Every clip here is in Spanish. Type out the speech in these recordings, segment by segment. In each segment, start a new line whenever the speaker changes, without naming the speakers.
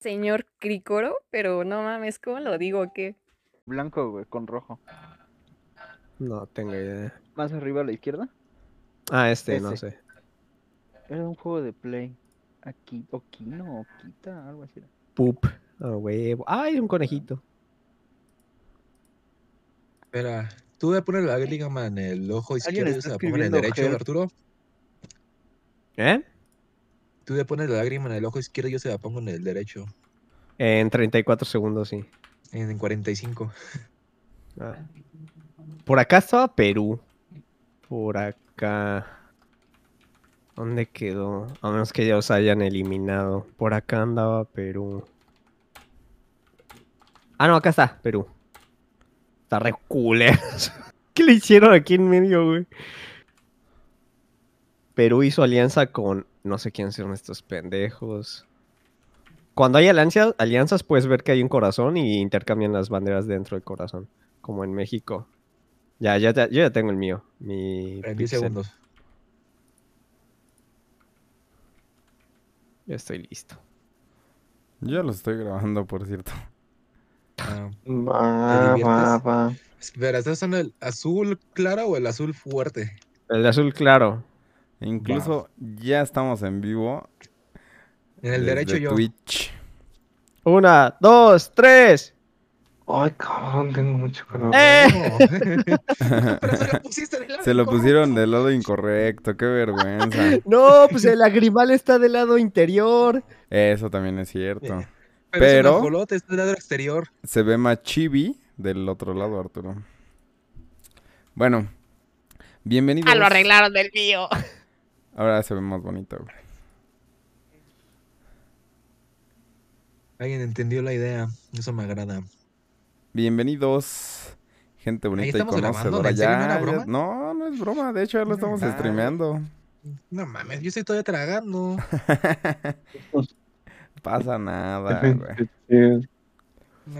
Señor Cricoro, pero no mames, ¿cómo lo digo? ¿Qué?
Blanco, güey, con rojo.
No tengo idea.
Más arriba a la izquierda.
Ah, este, no
Ese.
sé.
Era un juego de play. Aquí, Oquino, Oquita, algo así. era.
Pup. Ah, huevo. Ay, un conejito.
Espera, tú voy a poner la Gilligan en el ojo izquierdo y
está
se la pongo en el
escribiendo
derecho,
Help.
Arturo.
¿Eh?
Tú le pones la lágrima en el ojo izquierdo y yo se la pongo en el derecho.
En 34 segundos, sí.
En en 45.
Ah. Por acá estaba Perú. Por acá. ¿Dónde quedó? A menos que ya os hayan eliminado. Por acá andaba Perú. Ah, no, acá está, Perú. Está re culero. ¿Qué le hicieron aquí en medio, güey? Perú hizo alianza con. No sé quiénes son estos pendejos. Cuando hay alianza- alianzas, puedes ver que hay un corazón y intercambian las banderas dentro del corazón como en México. Ya, ya, te- yo ya tengo el mío. Mi
En 10
pixel.
segundos.
Ya estoy listo.
Yo ya los estoy grabando, por cierto.
Ah,
Va, va,
diviertes?
va.
espera, ¿estás usando el azul claro o el azul fuerte?
El de azul claro.
Incluso ya estamos en vivo.
En el
desde
derecho yo.
Twitch.
Una, dos, tres.
Ay, cabrón, tengo mucho calor.
¡Eh!
No. Pero se lo pusiste del lado
Se lo
incorrecto.
pusieron del lado incorrecto, qué vergüenza.
No, pues el lagrimal está del lado interior.
Eso también es cierto.
Pero, es un
pero-
ajolote, es del lado exterior.
Se ve más chibi del otro lado, Arturo. Bueno, bienvenidos.
Ah, lo arreglaron del mío.
Ahora se ve más bonito, güey.
Alguien entendió la idea. Eso me agrada.
Bienvenidos, gente bonita y
estamos grabando,
conocedora.
¿en serio no
Ya,
era
ya-
broma? Ah.
No, no es broma. De hecho, ya lo
No
estamos
mames.
streameando.
No mames, yo estoy todavía tragando.
Pasa nada, güey.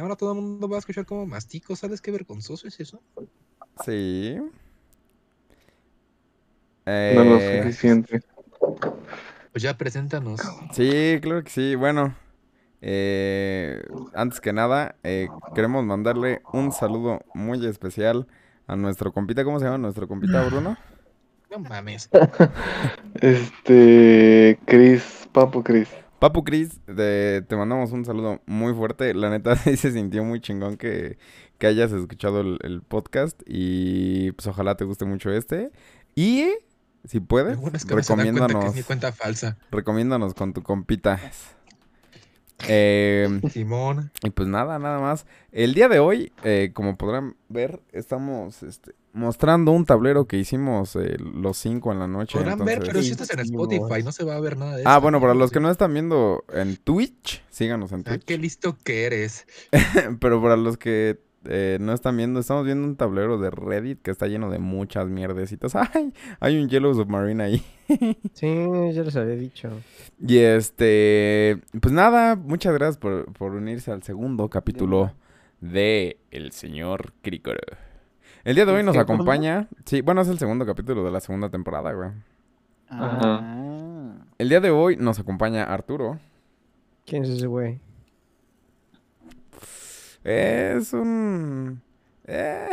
Ahora todo el mundo va a escuchar como mastico. ¿Sabes qué vergonzoso es eso?
Sí.
No lo
Eh,
suficiente.
Pues ya preséntanos.
Sí, claro que sí. Bueno, eh, antes que nada, eh, queremos mandarle un saludo muy especial a nuestro compita. ¿Cómo se llama nuestro compita, Bruno?
No mames.
Este. Chris, Papo Chris.
Papu Cris, de- te mandamos un saludo muy fuerte. La neta sí se sintió muy chingón que, que hayas escuchado el, el podcast y pues ojalá te guste mucho este. Y si puedes,
Algunas que se dan cuenta que es
recomiéndanos,
mi cuenta falsa.
recomiéndanos con tu compita. Eh,
Simón.
Y pues nada, nada más. El día de hoy, eh, como podrán ver, estamos este, mostrando un tablero que hicimos eh, los cinco en la noche.
Podrán ver, pero
entonces-
si estás en Spotify, no se va a ver nada de eso.
Ah, bueno, para los que no están viendo en Twitch, síganos en
Ah,
Twitch.
qué listo que eres.
Pero para los que eh, no están viendo, estamos viendo un tablero de Reddit que está lleno de muchas mierdecitas. ¡Ay! Hay un Yellow Submarine ahí.
Sí, ya les había dicho.
Y este, pues nada, muchas gracias por, por unirse al segundo capítulo de El Señor Crícoro. El día de hoy
¿El
nos
segundo?
acompaña, sí, bueno, es el segundo capítulo de la segunda temporada, güey.
Ajá.
Ah.
El día de hoy nos acompaña Arturo.
¿Quién es ese güey?
Es un... eh,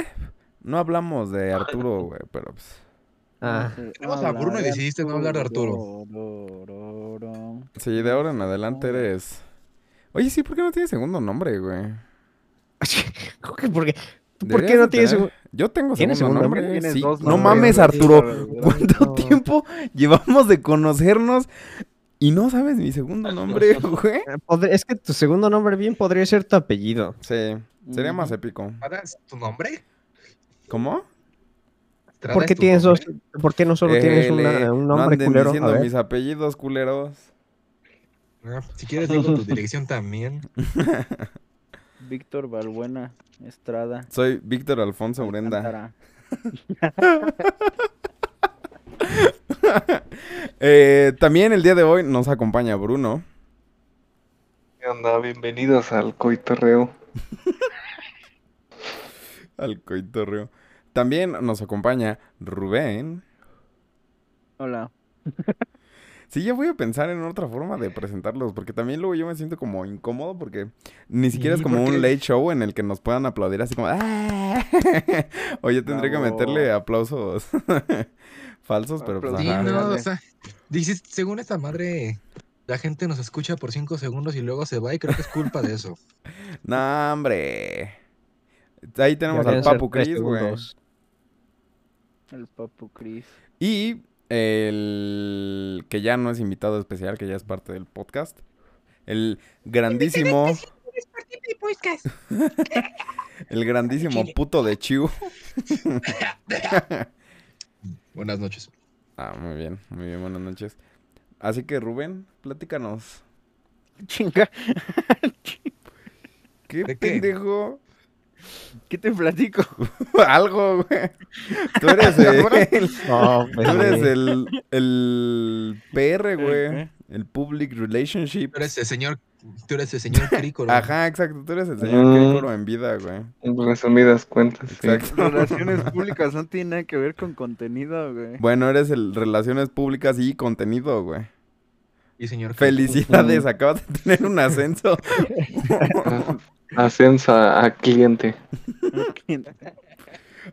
no hablamos de Arturo, güey, pero pues...
Ah,
Tenemos a Bruno y decidiste no hablar de Arturo.
Arturo.
Sí, de ahora en adelante eres... Oye, sí, ¿por qué no tiene segundo nombre, güey?
¿Cómo que por qué? ¿Tú ¿Por qué
Deberías
no
de
tienes
tener-
segundo?
Yo tengo segundo,
¿Tienes segundo
nombre.
nombre?
sí.
Tienes dos
no
nombres,
mames,
güey.
Arturo.
Sí,
¿Cuánto
no.
tiempo llevamos de conocernos y no sabes mi segundo nombre, güey?
Podr- Es que tu segundo nombre bien podría ser tu apellido.
Sí, sería más
Ujú.
épico.
¿Atrás tu nombre?
¿Cómo?
¿Atrás
¿Por qué
tu
tienes dos?
nombre?
¿Por qué no solo tienes
Ele,
una- un
Eh, no
nombre
anden
culero? A
diciendo
ver.
mis apellidos culeros.
Ah, si quieres, digo tu dirección también.
Víctor Balbuena Estrada.
Soy Víctor Alfonso Urenda.
Alcántara.
Eh, también el día de hoy nos acompaña Bruno.
¿Qué onda? Bienvenidos al coitorreo.
Al coitorreo. También nos acompaña Rubén.
Hola.
Sí, ya voy a pensar en otra forma de presentarlos, porque también luego yo me siento como incómodo porque ni siquiera
Sí,
es como
porque-
un late show en el que nos puedan aplaudir así como "Ah". o yo tendría que meterle
Bravo.
aplausos falsos, pero pues
Sí,
ajá.
no, o
dale.
sea, dices, según esta madre, la gente nos escucha por cinco segundos y luego se va y creo que es culpa de eso.
No, hombre. Ahí tenemos al
Deberían ser
Papu
tres
Cris, güey.
segundos.
El Papu Cris.
Y el que ya no es invitado especial, que ya es parte del podcast. El grandísimo. El grandísimo puto de Chiu.
Buenas noches.
Ah, muy bien, muy bien, buenas noches. Así que Rubén, platícanos. Chinga. ¿Qué
¿De qué?
pendejo?
¿Qué te platico?
Algo, güey. Tú eres el,
No,
tú
pues,
eres
güey.
el, el PR, güey. El Public Relationship.
Eh, Tú eres el señor, tú eres el señor Crícolo.
Ajá, exacto. Tú eres el señor que
Mm.
coro en vida, güey.
En resumidas cuentas, sí.
Exacto.
Relaciones públicas no tiene nada que ver con contenido, güey.
Bueno, eres el Relaciones Públicas y Contenido, güey.
Y señor Crícolo.
Felicidades, acabas de tener un ascenso.
Ascensa a cliente.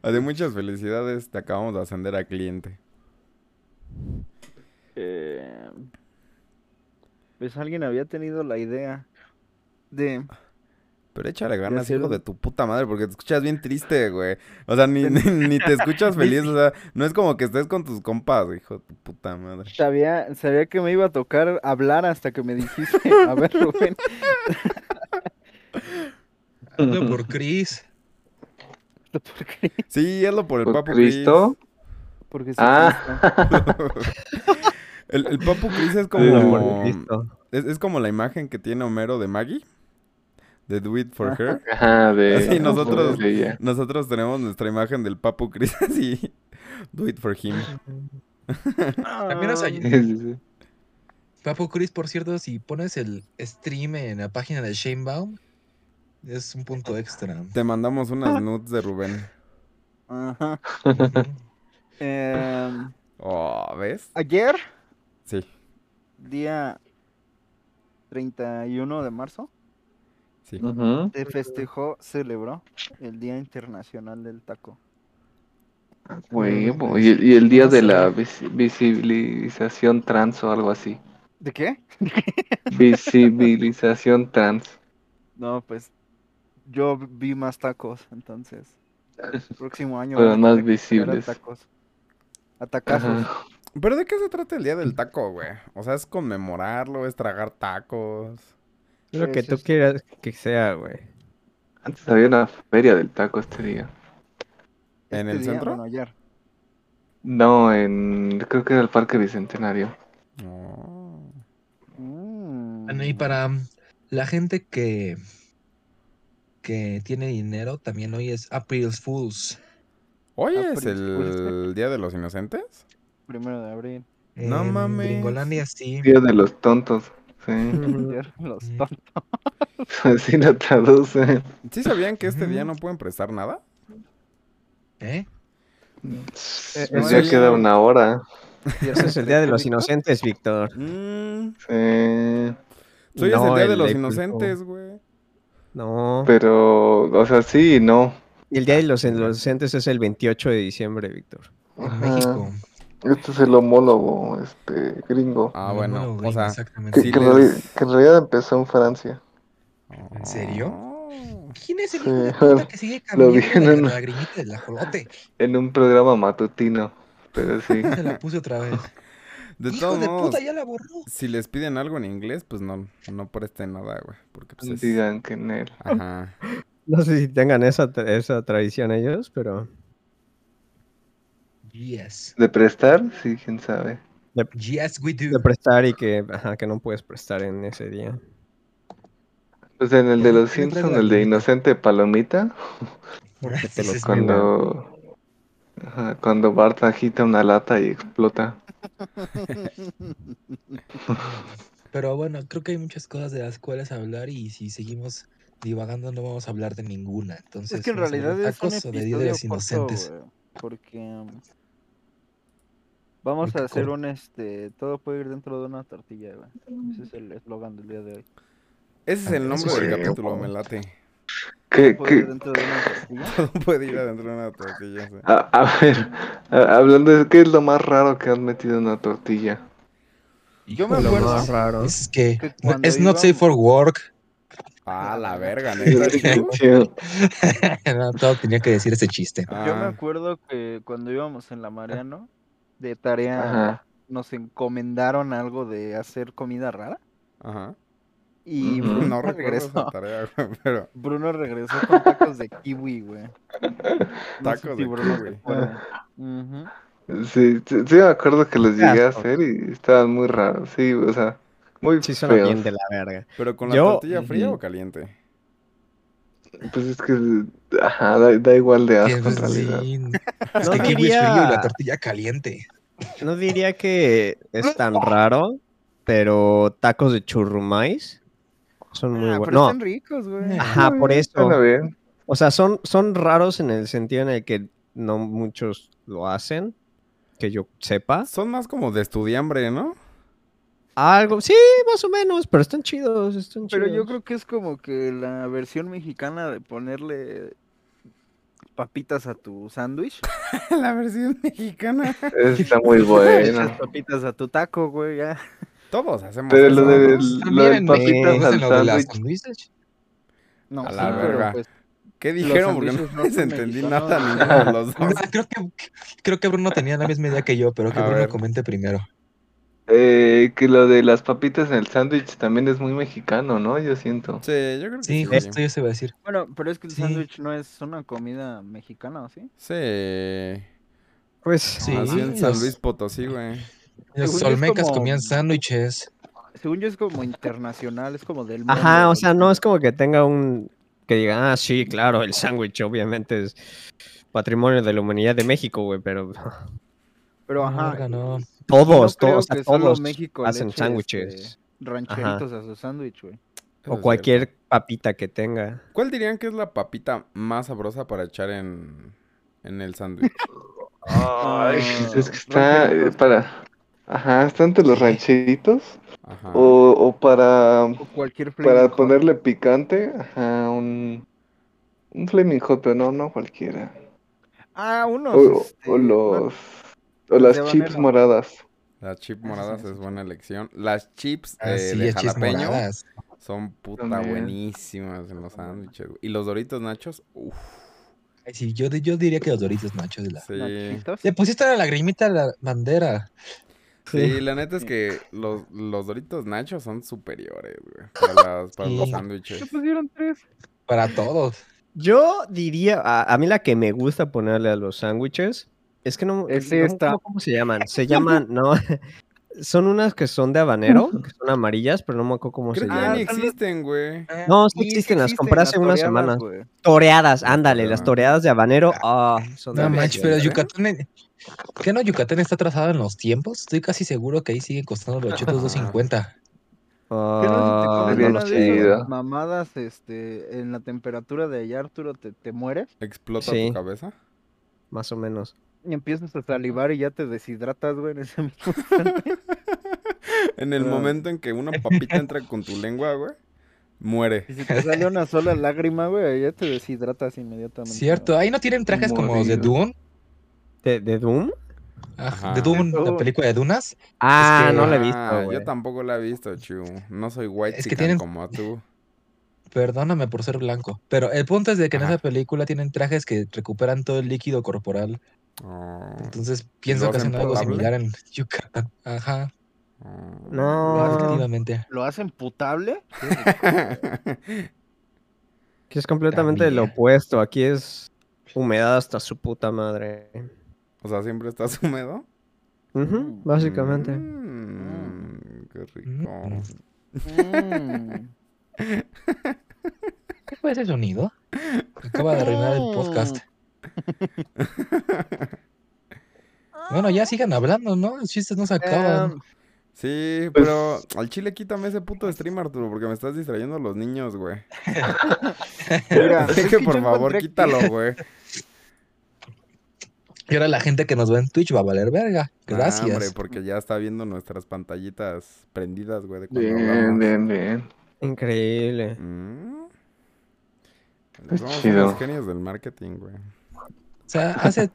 De muchas felicidades, te acabamos de ascender a cliente.
Eh, pues alguien había tenido la idea de...
Pero échale ganas,
sé,
hijo de
güey.
tu puta madre, porque te escuchas bien triste, güey. O sea, ni, ni, ni te escuchas feliz, o sea, no es como que estés con tus compas, hijo de tu puta madre.
Sabía, sabía que me iba a tocar hablar hasta que me dijiste, a ver, Rubén,
Hazlo por Chris.
¿por qué?
Sí, hazlo por el
¿Por
Papu Cris.
Cristo?
Porque soy
Ah,
El, el Papu Cris es
Por
como...
Cristo.
Es, es como la imagen que tiene Homero de Maggie, de Do It For Her.
ajá, de.
Sí, nosotros-
de ella.
Nosotros tenemos nuestra imagen del Papu Cris así, Do It For Him.
cristiano.
También
Ah.
nos ayudó.
Sí, sí, sí.
Papo Chris, por cierto, si pones el stream en la página de Shane Baum, es un punto extra.
Te mandamos unas nudes de Rubén.
Ajá.
Ujú.
Em,
Oh, ¿ves?
ayer,
Sí,
día 31 de marzo,
sí.
Ujú.
se festejó, celebró el Día Internacional del Taco.
Huevo. Y, y el día de la visi- visibilización trans o algo así.
¿De qué?
Visibilización trans.
No, pues yo vi más tacos, entonces. El próximo año.
Fueron
voy a
más
tener que llegar a
visibles.
Tacos. Atacazos.
Ajá.
¿Pero de qué se trata el día del taco, güey? O sea, es conmemorarlo, es tragar tacos.
Lo que
Pues,
tú
este-
quieras que sea, güey.
Antes había una feria del taco este día.
¿En el
este día,
centro?
bueno, ayer.
No, en. Creo que era el Parque Bicentenario.
Oh.
Mm.
Bueno, y para la gente que, que tiene dinero, también hoy es April Fools.
¿Hoy
Ah,
es
pero disculpe.
el Día de los Inocentes?
Primero de abril.
No
En
mames.
Gringolandia sí.
Día de los tontos. Sí,
Ayer, los
Mm.
tontos.
así lo traducen.
¿Sí sabían que este día
Ujú.
no pueden prestar nada?
¿Eh?
ya
sí.
queda una hora.
Ese es el Día de los Inocentes, Víctor.
Mm,
Sí.
pues hoy es el
No,
Día de
el
los
de culto.
Inocentes, güey.
No.
Pero, o sea, sí y no.
El Día de los Inocentes es el 28 de diciembre, Víctor.
Ajá.
México.
Este es el homólogo este, gringo.
Ah,
No,
bueno,
gringo,
o sea...
exactamente.
Que,
Ah, sí
que en
les-
reali- que en realidad empezó en Francia.
¿En
serio? ¿Quién es el hijo
Sí,
de puta que sigue cambiando
vi en
la,
una-
la grimita del ajolote?
En un programa matutino. Pero sí.
Se la puse otra vez.
De
Hijo
todos
de
modos,
puta, ya la borró.
si les piden algo en inglés, pues no, no presten nada, güey. Porque pues es...
Digan que en él.
Ajá.
No sé si tengan esa, tra- esa tradición ellos, pero
Yes.
De prestar, sí, quién sabe.
Yes, we do.
de prestar y que, ajá, que no puedes prestar en ese día.
Pues en el de los
Siempre
Simpsons,
la
el de
grimita.
Inocente Palomita,
Francis
lo
es
con-
mi-
cuando, ajá, cuando Bart agita una lata y explota.
Pero bueno, creo que hay muchas cosas de las cuales hablar y si seguimos divagando no vamos a hablar de ninguna. Entonces,
Es que en
vamos a hablar
realidad
de
es un
tacos o de
episodio
líderes
corto,
inocentes.
güey, porque um, vamos
Porque
a hacer
corto.
un este, todo puede ir dentro de una tortilla, güey. Ese es el eslogan del día de hoy.
Ese es el
Eso
nombre del
sí,
capítulo,
güey.
me late.
¿Qué,
Pues,
Todo puede ir
qué?
dentro de una tortilla.
Todo puede ir adentro de una tortilla. sí.
A, a ver, a- hablando de qué es lo más raro que han metido en una tortilla.
Yo me
Híjole,
acuerdo-
güey,
más raro.
Es que
Que
no-
cuando
es not safe
íbamos-
for work.
Ah, la verga, neta. ¿sí?
Yo
No, todo tenía que decir ese chiste.
Yo me
Ah,
acuerdo que cuando íbamos en la Mariano, de tarea
Ajá.
nos encomendaron algo de hacer comida rara.
ajá.
Y
Ujú.
Bruno
No recuerdo esa
regresó.
tarea, güey, pero...
Bruno regresó con tacos de kiwi, güey. No sé
Tacos
si
de
Bruno se
kiwi.
acuerda. Ujú. Ah,
Sí, sí, sí me acuerdo que los llegué a
Asco.
hacer y estaban muy raros. Sí, o sea, muy
Sí suena bien
feos.
de la verga.
¿Pero con la
Yo-
tortilla fría
Ujú.
o caliente?
Pues es que, ajá, da, da igual de asco en
Entonces,
realidad.
sí,
No
Es que kiwi
diría-
frío y la tortilla caliente.
No diría que es tan raro, pero tacos de churrumais son muy
Ah, pero
buenos.
están ricos, güey.
Ajá, por eso.
Suena bien.
O sea, son, son raros en el sentido en el que no muchos lo hacen, que yo sepa.
Son más como de estudiambre, ¿no?
Algo, sí, más o menos, pero están chidos, están
Pero yo
chidos.
creo que es como que la versión mexicana de ponerle papitas a tu sándwich.
la versión mexicana.
Está muy
le echas
bueno.
papitas a tu taco, güey, ya.
Todos hacemos
Pero
eso,
lo
¿no?
de lo
Pues También
del
en
papitas
México
papita
hacen lo de las
al sándwich.
sandwiches.
No,
A
sí,
la
pero
verga.
pues,
¿Qué dijeron? Porque
sándwiches
no
no
les
son
entendí
mexicanos.
nada a ninguno de los dos.
Ah, Creo que, creo que Bruno tenía la misma idea que yo, pero que
A
Bruno
ver.
comente primero.
Eh, que lo de las papitas en el sándwich también es muy mexicano, ¿no? Yo siento.
Sí, yo creo que
Sí,
sí.
justo yo se iba a decir.
bueno, pero es que el
Sí.
sándwich no es una comida mexicana, ¿o ¿sí?
Sí.
Pues
Sí,
Así en San
los-
Luis Potosí, güey.
Los
Según yo es
solmecas
como-
comían sándwiches.
Según yo es como internacional, es como del mundo.
Ajá, o
güey.
sea, no es como que tenga un... Que diga, ah, sí, claro, el sándwich obviamente es patrimonio de la humanidad de México, güey, pero
Pero ajá.
Verga, no.
y-
todos,
creo
todos, o sea,
que solo
todos
México le
hacen
eche,
sándwiches.
este, rancheritos a su sándwich, güey.
Eso
O
es
cualquier
cierto.
papita que tenga.
¿Cuál dirían que es la papita más sabrosa para echar en, en el sándwich?
Ay,
Ah,
es que está eh,
rancheritos.
para. Ajá, está entre los rancheritos.
Ajá.
O, o para. um,
O cualquier
Para
flaming hot.
ponerle picante. Ajá, un. Un flaming hot, pero no, no cualquiera.
Ah, unos.
O,
este,
o los.
bueno,
O
los
las
de
chips
banana.
moradas.
Las chips
sí
moradas
me
es buena elección. Las chips
Ah,
eh,
sí,
de
ya chis
jalapeño
moradas.
son puta
También.
buenísimas en los sándwiches. güey. Y los doritos nachos, uff,
Ay, sí, yo, di- yo diría que los doritos nachos. La...
sí.
nachitos.
Le pusiste la lagrimita a la bandera.
Sí, la neta es que los, los doritos nachos son superiores, güey. Para, las- para los
Sí.
¿Qué
sándwiches.
pusieron tres?
Para todos.
Yo diría, a, a mí la que me gusta ponerle a los sándwiches es que no,
Es
no me
esta.
acuerdo ¿cómo se llaman? Se llaman, no, son unas que son de habanero, que son amarillas, pero no me acuerdo cómo
Creo
se
que ya
llaman.
Ah, ni existen, güey.
No, sí
Eh, Sí, sí
existen, las
existen,
compré hace unas
toreadas,
semanas.
güey.
Toreadas, ándale, las
toreadas.
toreadas de habanero, ah, son
No manches, pero
¿eh?
Yucatán. en- ¿Qué no? Yucatán está atrasado en los tiempos. Estoy casi seguro que ahí siguen costando los chetos 2.50.
¿Qué no si te
Ah,
comes
no
bien
lo
una de
sé.
chido.
esas mamadas este, en la temperatura de allá, Arturo, te, te mueres
Explota
Sí.
tu cabeza.
Más o menos.
y empiezas a salivar y ya te deshidratas, güey, en ese mismo
En el
Ah.
momento en que una papita entra con tu lengua, güey, muere.
Y si te sale una sola lágrima, güey, ya te deshidratas inmediatamente.
Cierto. Ahí no tienen trajes como los de
Morido.
Dune.
¿De, de Doom?
Ajá,
Ajá.
De Dune,
Dune.
la película de Dunas.
Ah,
que-
no la he
Ah,
visto, güey.
Yo tampoco la he visto, Chu. No soy white
Es que
chican
tienen-
como tú.
Perdóname por ser blanco. Pero el punto es de que en
Ajá.
esa película tienen trajes que recuperan todo el líquido corporal.
Oh,
Entonces pienso que
hacen
hacen algo
potable?
similar en Yucatán. Ajá.
oh.
Ah.
No,
Efectivamente.
¿Lo hacen putable?
que es completamente lo
También.
opuesto. Aquí es humedad hasta su puta madre.
o sea, siempre estás húmedo.
Ujú, básicamente.
Mm, qué rico.
Mm.
Mm.
¿Qué fue ese sonido? Acaba de arruinar el podcast.
Mm.
Bueno, ya sigan hablando, ¿no? Los chistes no se acaban.
Em,
Sí,
Pues-
pero al chile quítame ese puto stream, Arturo, porque me estás distrayendo a los niños, güey.
Mira,
Te
es
dije,
que
por
yo
favor,
encontré aquí-
quítalo, güey.
Y ahora la gente que nos ve en Twitch va a valer verga.
Nah,
Gracias.
hombre, porque ya está viendo nuestras pantallitas prendidas, güey, de cuando
Bien,
hablamos.
bien, bien.
Increíble.
Mm.
Pues
Qué
Somos
chido.
unos genios del marketing, güey.
O sea, hace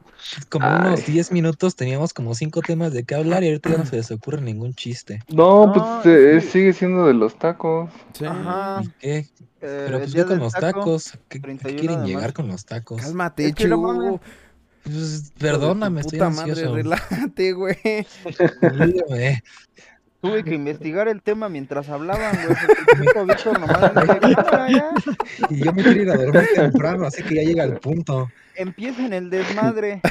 como unos
Ay.
10 minutos teníamos como 5 temas de qué hablar y ahorita ya no se les ocurre ningún chiste.
No,
No,
pues eh,
sí.
sigue siendo de los tacos.
Sí.
Ajá.
¿Y qué?
Ah. eh,
Pero pues
día
ve con
del
los
taco,
tacos. ¿A qué- a qué
31
quieren
de
llegar
marzo.
con los tacos?
Cálmate,
Es que no
Chu.
mames.
Hijo de
Pues,
tu
perdóname, estoy
puta madre,
ansioso.
relájate, güey.
Olvídame.
Tuve que investigar el tema mientras hablaban, güey. porque el puto Víctor nomás me decía, "Cámara, ya,
Y yo me quiero ir a dormir temprano, así que ya llega el punto.
Empiecen el desmadre.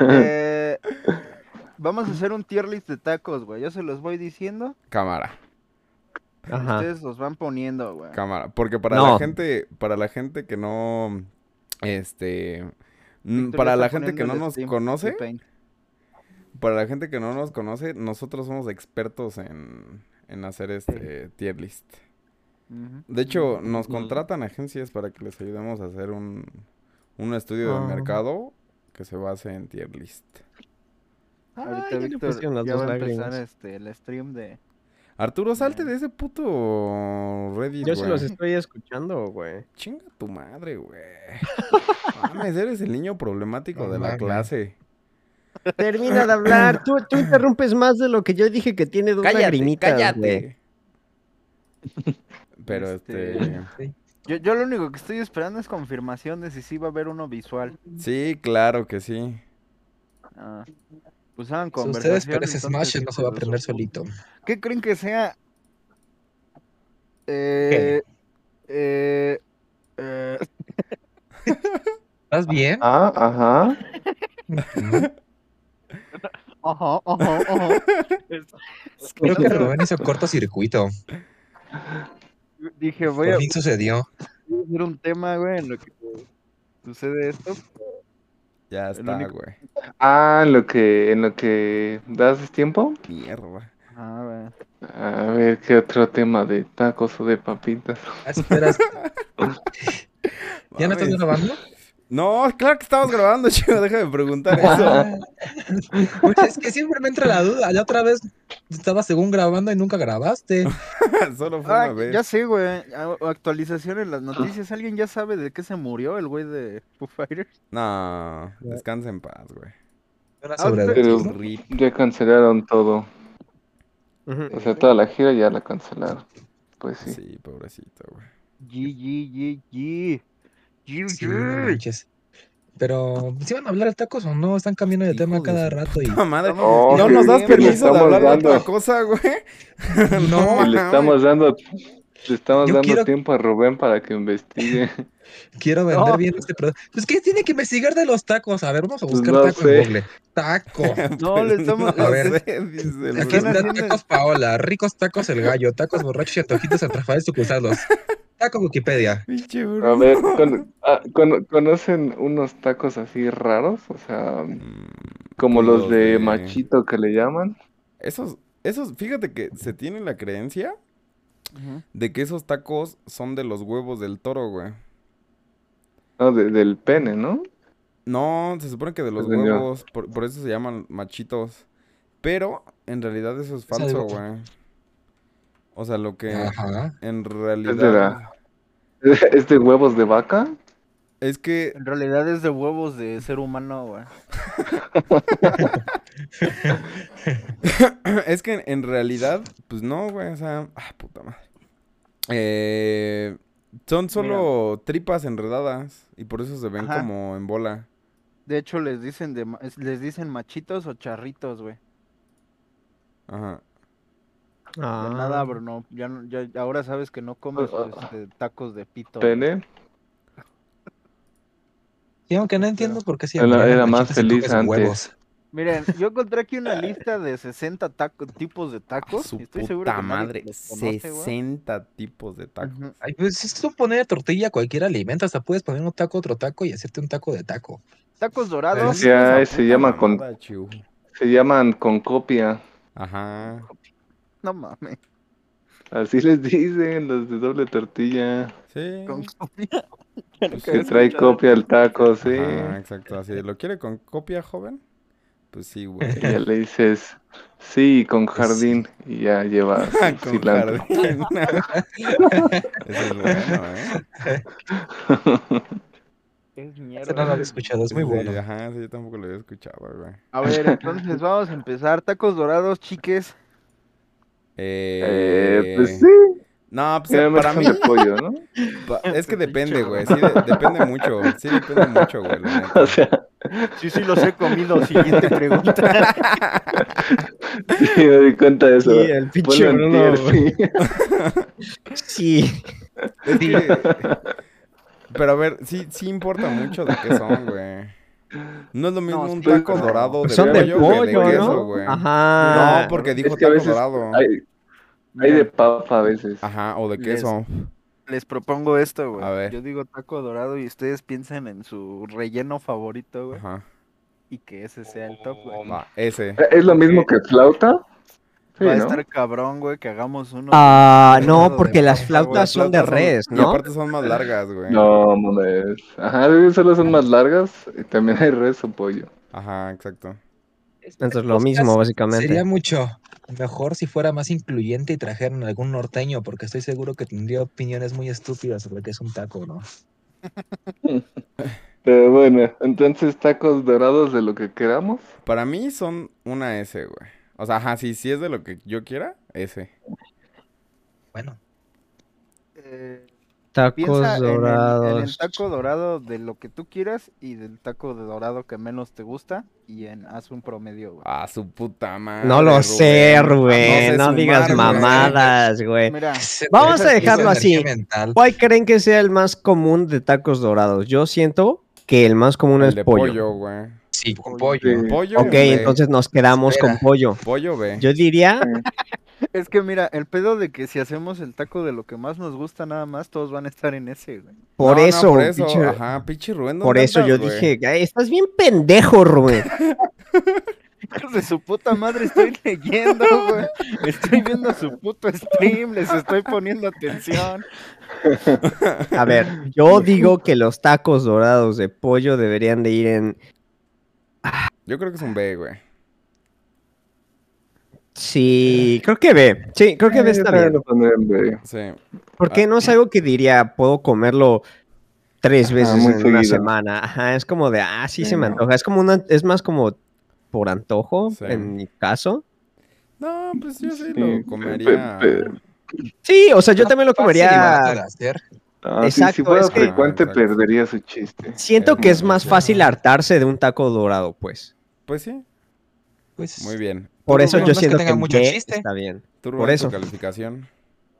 Eh, vamos a hacer un tier list de tacos, güey. Yo se los voy diciendo.
Cámara,
Ajá.
Ustedes los van poniendo, güey.
cámara. Porque para la
No.
gente, para la gente que no, este, mm,
Víctor ya
para
está
la gente que no
poniendo el
nos
stream,
conoce,
el paint.
para la gente que no nos conoce, nosotros somos expertos en, en hacer este tier list.
Ujú.
De hecho, nos
Ujú.
contratan agencias para que les ayudemos a hacer un, un estudio
Ah.
de mercado que se base en tier list.
Ahorita
Ay, ya le
Víctor
pusieron las
ya
dos
va a
lágrimas.
empezar este, el stream de...
Arturo, salte
Ya.
de ese puto Reddit,
Yo sí los
güey.
estoy escuchando, güey.
Chinga tu madre, güey. Mames, eres el niño problemático
No
de la
mames.
clase.
Termina de hablar. Tú, tú interrumpes más de lo que yo dije que tiene dos lagrimitas, güey.
Pero
Este-
este...
Yo, yo lo único que estoy esperando es confirmación de si sí va a haber uno visual.
Sí, claro que sí.
Ah, Pues hagan
Si ustedes
conversación,
parecen Smash,
entonces,
él no se va a
pues,
aprender solito.
¿Qué creen que sea? Eh, eh, eh,
¿Estás bien?
Ah, ajá.
ajá, ajá, ajá.
Creo que Rubén hizo cortocircuito.
Dije, voy a
Por fin sucedió.
hacer un tema, güey, en lo que sucede esto.
Ya
El
está,
único-
güey.
Ah, en lo que, en lo que das tiempo.
Mierda.
Ah, güey.
A ver qué otro tema de tacos o de papitas.
Ah, Esperas. ¿Ya no estás
Mames.
grabando?
No, claro que estamos grabando, chico. Déjame preguntar eso.
Ah. Pues es que siempre me entra la duda. La otra vez estaba según grabando y nunca grabaste.
Solo fue
Ah,
una vez.
ya sé, güey. a- Actualización en las noticias. ¿Alguien ya sabe de qué se murió el güey de Foo Fighters?
No, descansa en paz, güey.
Era
Ah,
sobre
pero-
¿no?
Rip.
Ya cancelaron todo.
Ujú.
O sea, toda la gira ya la cancelaron. Pues sí.
Sí, pobrecito, güey.
G, G, G, G. G,
Sí, no
G.
manches. Pero, ¿sí van a hablar de tacos o no? Están cambiando de
Hijo
tema
de
cada
su
rato y
Puta madre.
Oh,
No
sí,
nos das
le
permiso de
estamos
hablar de
dando.
otra cosa, güey.
No,
Y le
mames.
estamos dando, le estamos
Yo
dando
quiero-
tiempo a Rubén para que investigue.
quiero vender
No.
bien este producto. Pues, ¿qué tiene que investigar de los tacos? A ver, vamos a
Pues
buscar
no
tacos
sé.
en Google. Taco.
No, le estamos.
A ver,
le-
dice el
Aquí
Bruno.
Están
está
haciendo-
tacos Paola, ricos tacos el gallo, tacos borrachos y antojitos en Rafael sucusalos. Taco Wikipedia.
Pinche
A ver,
Bruno.
con- ah, cono- ¿conocen unos tacos así raros? O sea,
Mm,
como los
los
de
de-
machito que le llaman.
Esos, esos, fíjate que se tiene la creencia
Ujú.
de que esos tacos son de los huevos del toro, güey.
No, de- del pene, ¿no?
No, se supone que de los
Según yo.
huevos, por, por eso se llaman machitos. Pero en realidad eso es
Es algo
falso,
que-
güey. O sea, lo que
Ajá.
en
la-
realidad
¿Es de Este huevos de vaca?
es que
En realidad es de huevos de ser humano, güey.
Es que en- en realidad, pues no, güey, o sea, ah, puta madre. Eh, son solo tripas enredadas y por eso se ven
Ajá.
como en bola.
De hecho, les dicen, de, ma- es- les dicen machitos o charritos, güey.
Ajá.
De
Ah.
Ah,
nada, Bruno. Ya, no- ya, ahora sabes que no comes
Ah, ah,
este, tacos de pito. güey.
¿Pene?
Y aunque no entiendo por qué se
Era-
llamaban
era más
machitos y
feliz
tacos
antes.
huevos.
Miren, yo encontré aquí una lista de 60 taco- tipos de tacos.
Ah, Su
y estoy seguro
puta
que nadie
madre.
los conoce, güey.
60 tipos de tacos.
Ujú.
Ay, pues es como poner tortilla a cualquier alimento. Hasta puedes poner un taco, otro taco y hacerte un taco de taco.
Tacos
Pero
dorados,
sí es una
ay, se
puta
llama con-
mamada, chiu.
Se llaman con copia.
Ajá.
No mames.
Así les dicen los de doble tortilla.
Sí.
Con copia.
Pues
Que
sí.
trae copia al taco, sí.
Ajá, exacto. Así de, ¿lo quiere con copia, joven? Pues sí,
Y
güey.
ya le dices, sí, con jardín. Y ya lleva su
Con
cilantro.
jardín. Eso es bueno, ¿eh?
Es
Ese no lo
mierda.
había escuchado, es muy
Sí,
bueno.
Ajá, sí, yo tampoco lo había escuchado, güey.
A ver, entonces vamos a empezar. Tacos dorados, chiques.
Eh, pues
Eh,
sí,
No, pues
ya me
para mí,
de pollo, ¿no?
pa- es que depende, güey. Sí, de- depende mucho. Sí, depende mucho, güey. la neta.
O sea,
Sí, sí, los he comido. Siguiente pregunta.
sí, me di cuenta de eso.
Sí, el pinche
Ponlo en
Bruno,
tier,
güey.
sí.
Sí.
Es que- Pero a ver, sí, sí importa mucho de qué son, güey. No es lo mismo un
sí,
taco
claro.
dorado de
Pues son de
pollo que de
pollo,
queso,
¿no?
güey.
Ajá.
No, porque dijo
Es que a
taco
veces
dorado.
Hay, hay de papa a veces.
Ajá, o de
Les-
queso.
Les propongo esto, güey.
A ver.
Yo digo taco dorado y ustedes piensen en su relleno favorito, güey.
Ajá.
Y que ese sea el top, güey.
Va, ese.
¿Es lo
Eh,
mismo que flauta? Sí,
Va a
¿no?
estar cabrón, güey, que hagamos uno.
Ah, no,
Dorado
porque
de
las
papa,
flautas son de res,
Y
¿no?
aparte son más largas, güey.
No, mames. Ajá, deben solo son más largas y también hay res o pollo.
Ajá, exacto.
Entonces lo mismo,
Sería
básicamente.
mucho mejor si fuera más incluyente y trajeran algún norteño, porque estoy seguro que tendría opiniones muy estúpidas sobre qué es un taco, ¿no?
Pero bueno, entonces tacos dorados de lo que queramos.
Para mí son una S, güey. O sea, ajá, sí, sí es de lo que yo quiera, S.
Bueno,
Eh, piensa
Tacos
en el- En, el,
dorados.
taco dorado de lo que tú quieras y del taco de dorado que menos te gusta y en haz un promedio, güey.
Ah, su puta madre.
No lo sé,
Ah, sé
Rubén. No
sumar,
digas
güey.
mamadas, güey.
Mira,
Vamos
Esa-
a
esa
dejarlo
energía
así.
mental.
¿Cuál creen que sea el más común de tacos dorados? Yo siento que el más común
El
es
de
pollo.
pollo, güey.
Sí, con
Pollo.
pollo.
Sí.
Pollo.
Ok,
B.
entonces nos quedamos con
Espera.
pollo.
Pollo B.
Yo diría,
es que mira, el pedo de que si hacemos el taco de lo que más nos gusta nada más, todos van a estar en ese, güey.
por
No, no,
eso,
por eso.
pinche-
Ajá, pinche Rubén. ¿dónde
por eso yo
andas, güey?
dije, "Ay, estás bien pendejo, Rubén.
Hijos de su puta madre estoy leyendo, güey. Estoy viendo su puto stream, les estoy poniendo atención.
A ver, yo digo que los tacos dorados de pollo deberían de ir en...
Yo creo que es un B, güey.
Sí,
Eh.
creo que ve. Sí, creo que ve
Sí, yo
está
también
bien.
Eh, lo pondría en B.
Sí.
Porque no es
Ah,
algo que diría, puedo comerlo tres
Ajá,
veces
muy
en una
seguido.
semana. Ajá, es como de, ah, sí, se
Sí,
me
no.
antoja. Es como una, es más como por antojo,
Sí.
en mi caso.
No, pues yo sí,
Sí,
lo
pe-
comería.
pe-
Sí, o sea, Pues yo también lo
Ah, Fácil y barato de
comería.
hacer.
Ah, sí,
Exacto,
si fuera
es que-
frecuente
Exacto.
perdería su chiste.
Siento que es más
Ya.
fácil hartarse de un taco dorado, pues.
Pues sí,
Pues,
muy bien.
Por
Pero
eso
no
yo
es que
siento que,
tenga mucho
B
chiste. Pues,
está bien.
Tú,
Por
Rubén, tu
eso.
calificación.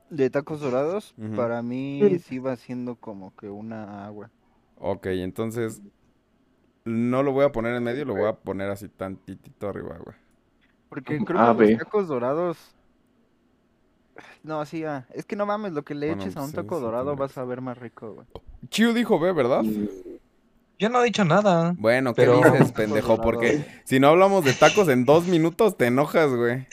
De tacos dorados,
Ujú.
para mí sí va siendo como que una agua.
Ok, entonces no lo voy a poner en medio, lo voy a poner así tantitito arriba, güey.
Porque
Ujú,
creo
A,
que
B.
los tacos dorados. No, sí, ah, es que no mames, lo que le
Bueno,
eches a
pues
un
sí,
taco
sí
dorado
tendría
vas
que
a ver más rico, güey.
Chiu dijo B,
Mm.
¿verdad?
Yo no he dicho nada.
Bueno, ¿qué
Pero-
dices, pendejo? Porque si no hablamos de tacos en dos minutos, te enojas, güey.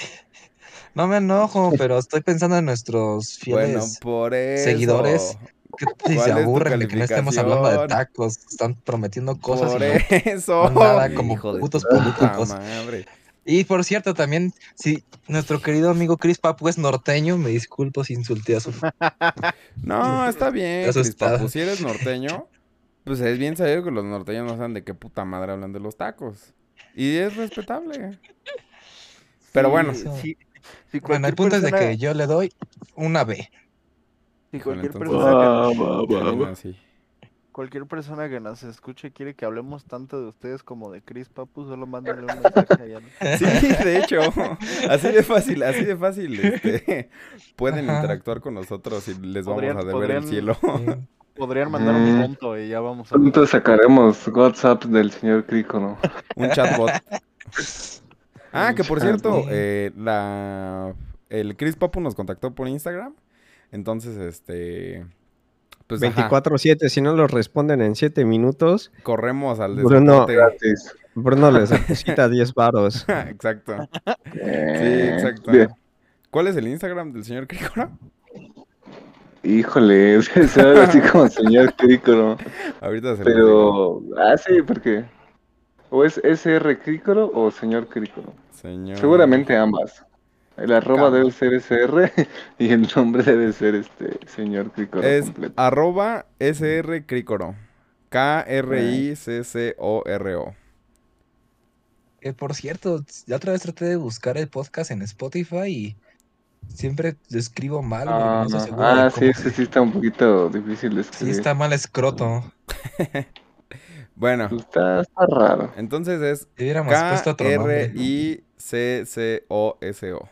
No me enojo, pero estoy pensando en nuestros
Bueno,
fieles
por eso.
seguidores, que si
¿cuál
se
es tu
aburren de que no estemos hablando de
calificación?
tacos. Están prometiendo cosas.
Por
y no-
eso.
no nada como
Hijo de
putos
tu puta
políticos.
madre.
Y por cierto, también, si nuestro querido amigo Chris Papu es norteño, me disculpo si insulté a su
No, está bien,
Estás
Cris
asustado.
Papu, Si eres norteño, pues es bien sabido que los norteños no saben de qué puta madre hablan de los tacos. Y es respetable. Pero bueno.
Sí, sí, si
Bueno, el
cualquier
punto es de
persona-
que yo le doy una B.
si cualquier
entonces-
persona que-
Va, Ah, va, va,
Termina
va.
así.
Cualquier persona que nos escuche quiere que hablemos tanto de ustedes como de Chris Papu, solo mándale un mensaje allá.
Sí, de hecho, así de fácil, así de fácil, este, pueden
Ajá.
interactuar con nosotros y les vamos
Podrían-
a deber el
podrían-
cielo.
Podrían mandar un
Mm.
punto y ya vamos a
Pronto sacaremos WhatsApp del señor Crico, ¿no?
Un chatbot. Ah, que por cierto,
chatbot.
eh, la, el Chris Papu nos contactó por Instagram, entonces, este, pues, ajá,
24-7, si no los responden en 7 minutos,
corremos al
Bruno,
Pues
desaporte.
Gratis.
Bruno les deposita 10 varos.
exacto. Sí,
Eh,
exacto.
bien.
¿Cuál es el Instagram del señor Crícola?
Híjole, es que se habla así como señor crícono.
Ahorita se lo
Pero,
digo.
ah, sí, porque. O es SR Crícono o señor Crícono.
Señor...
Seguramente ambas. El arroba debe ser SR y el nombre debe ser este señor Crícono
Es
completo.
arroba SR Crícoro. K-R-I-C-C-O-R-O.
Eh, por cierto, la otra vez traté de buscar el podcast en Spotify y siempre lo escribo mal, güey,
Ah,
no estoy seguro de
ah, sí,
cómo-
ese sí está un poquito difícil de
Sí,
escribir.
está mal escroto.
Bueno,
Pues Está- está raro.
entonces es
Debiéramos puesto otro nombre.
K-R-I-C-C-O-S-O.